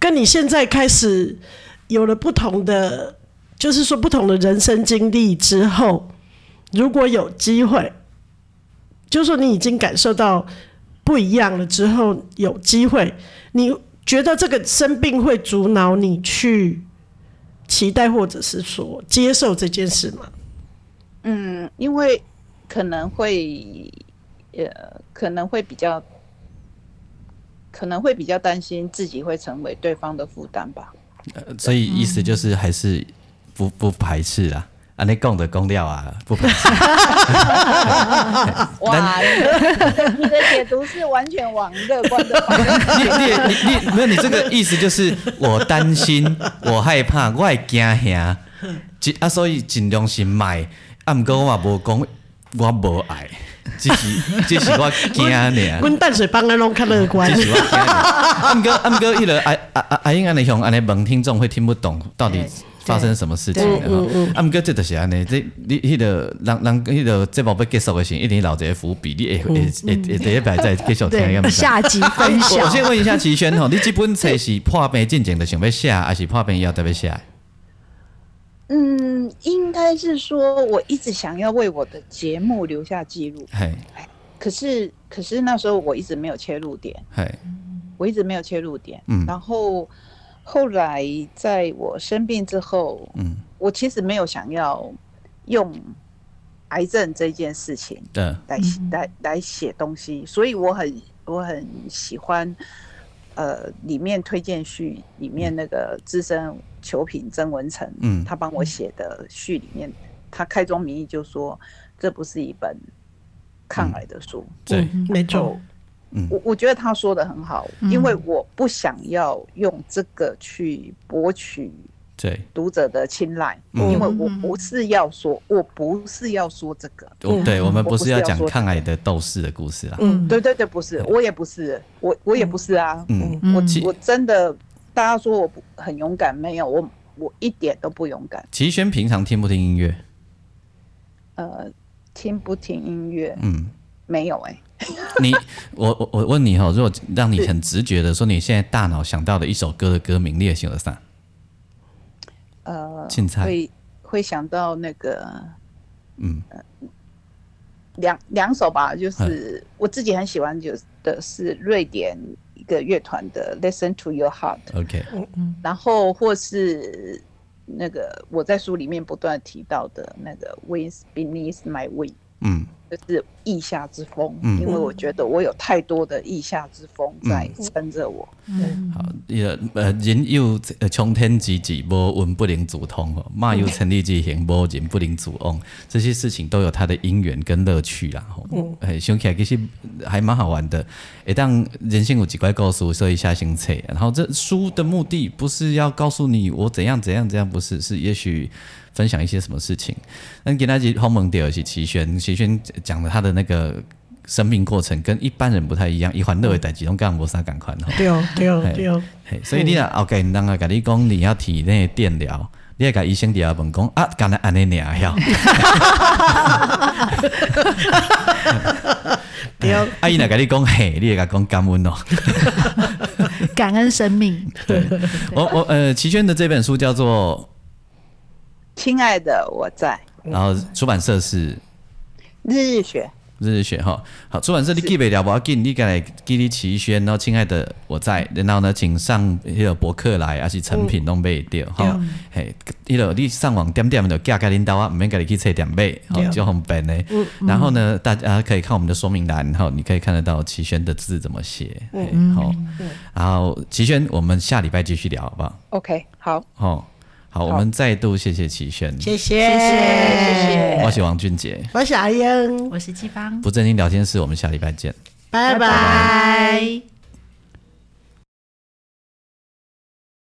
Speaker 2: 跟你现在开始有了不同的，就是说不同的人生经历之后，如果有机会，就是说你已经感受到不一样了之后，有机会，你觉得这个生病会阻挠你去期待或者是说接受这件事吗？
Speaker 4: 嗯，因为可能会，呃，可能会比较，可能会比较担心自己会成为对方的负担吧。
Speaker 1: 呃所以意思就是还是不不排斥啦，啊，你讲的讲了啊，不排斥。
Speaker 4: 哇，你的你的解读是完全往乐观的方向。
Speaker 1: 你你你你，没有你这个意思就是我担心，我害怕，我会惊吓，尽啊，所以尽量是卖。啊，毋过我嘛无讲，我无爱，只是只是我惊尔，
Speaker 2: 阮淡水帮安拢较乐观
Speaker 1: 只。是我惊尔。啊，毋过啊，毋过伊个啊啊啊啊，英安尼向安尼问听众会听不懂到底
Speaker 3: 对
Speaker 1: 发生什么事情的吼。啊，毋过这就是安尼，这你迄个人人迄个节目要结束的时候，一定留一个伏笔，你会会会会第一排再继续听，敢
Speaker 3: 对，
Speaker 1: 不知道
Speaker 3: 下集分
Speaker 1: 我
Speaker 3: 享。
Speaker 1: 先问一下齐 轩吼，哦你这本册是破病进前就想要写，还是破病以后才要写？
Speaker 4: 嗯，应该是说我一直想要为我的节目留下记录，
Speaker 1: 嘿，
Speaker 4: 可是可是那时候我一直没有切入点。
Speaker 1: 嘿，
Speaker 4: 我一直没有切入点。
Speaker 1: 嗯
Speaker 4: 然后后来在我生病之后，
Speaker 1: 嗯，
Speaker 4: 我其实没有想要用癌症这件事情
Speaker 1: 对，
Speaker 4: 来写、来来写东西，所以我很我很喜欢。呃，里面推荐序里面那个资深球评曾文成，
Speaker 1: 嗯
Speaker 4: 他帮我写的序里面，他开宗明义就说，这不是一本抗癌的书，
Speaker 1: 对，
Speaker 2: 嗯，没错
Speaker 4: 哦。
Speaker 1: 嗯
Speaker 4: 我我觉得他说的很好，
Speaker 3: 嗯
Speaker 4: 因为我不想要用这个去博取
Speaker 1: 对，
Speaker 4: 读者的青睐，
Speaker 1: 嗯
Speaker 4: 因为我不是要说，我不是要说这个，
Speaker 1: 我对我们
Speaker 4: 嗯我
Speaker 1: 不
Speaker 4: 不
Speaker 1: 是
Speaker 4: 是
Speaker 1: 要
Speaker 4: 要
Speaker 1: 讲
Speaker 4: 说
Speaker 1: 抗癌的斗士的故事啦。
Speaker 2: 嗯
Speaker 4: 对对对，不是，我也不是，我我也不是啊，
Speaker 1: 嗯，
Speaker 3: 嗯
Speaker 4: 我
Speaker 1: 其
Speaker 4: 我真的，大家说我不很勇敢，没有，我我一点都不勇敢，
Speaker 1: 齐轩平常听不听音乐？
Speaker 4: 呃，听不听音乐
Speaker 1: 嗯，
Speaker 4: 没有哎、
Speaker 1: 你我我我问你哈、哦如果让你很直觉的说，你现在大脑想到的一首歌的歌名，你也想得上？
Speaker 4: 呃，
Speaker 1: 青菜，
Speaker 4: 会会想到那个呃
Speaker 1: 嗯，
Speaker 4: 两两首吧，就是我自己很喜欢，就是的是瑞典一个乐团的《Listen to Your Heart》，
Speaker 1: OK，
Speaker 4: 嗯然后或是那个我在书里面不断提到的那个《Winds Beneath My Wing
Speaker 1: 嗯》，
Speaker 4: 就是腋下之风，
Speaker 1: 嗯
Speaker 4: 因为我觉得我有太多的腋下之风在撑着我。
Speaker 1: 好，也呃人又呃穷天之己，无文不能自通哦，骂又成立之行，无人不能自翁，这些事情都有它的因缘跟乐趣啦。吼、哎、想起来其实还蛮好玩的。哎，当人性有几怪告诉我，所以下行册。然后这书的目的不是要告诉你我怎样怎样怎样，不是，是也许分享一些什么事情。那给大家鸿蒙点是齐轩，齐轩讲了他的那个。生命过程跟一般人不太一样，一环乐为代志，拢干无啥感 款吼。
Speaker 2: 对哦，对哦，对哦，
Speaker 1: 嘿所以你若后盖人啊，甲你讲你要体内电疗，你要甲医生底下问讲啊，干那安尼尔晓？
Speaker 2: 对哦，
Speaker 1: 啊，伊若甲你讲嘿，你会甲讲感恩哦。
Speaker 3: 感恩生命，
Speaker 1: 对，我我呃，齐轩的这本书叫做，
Speaker 4: 亲爱的，我在
Speaker 1: 然后出版社是
Speaker 4: 日日学，
Speaker 1: 日日雪哈。好，出版社你记袂了，不要紧，你来记你齐轩，然后亲爱的我在，然后呢，请上迄个博客来，还是成品拢买得到哈。嘿，迄个你上网点点就寄给恁兜啊，毋免家己去册店买，吼，
Speaker 2: 对嗯
Speaker 1: 就方便呢。然后呢，大家可以看我们的说明栏，哈，你可以看得到齐轩的字怎么写。嘿
Speaker 2: 嗯
Speaker 1: 好，然后齐轩，我们下礼拜继续聊，好不好？
Speaker 4: OK，好，
Speaker 1: 好，好，我们再度谢谢齐轩，
Speaker 2: 谢谢，
Speaker 3: 谢谢
Speaker 4: 谢谢。
Speaker 1: 我是王俊杰，
Speaker 2: 我是阿英，
Speaker 3: 我是季芳，
Speaker 1: 不正经聊天室，我们下礼拜见。
Speaker 2: 拜
Speaker 4: 拜
Speaker 2: 拜。
Speaker 3: 拜。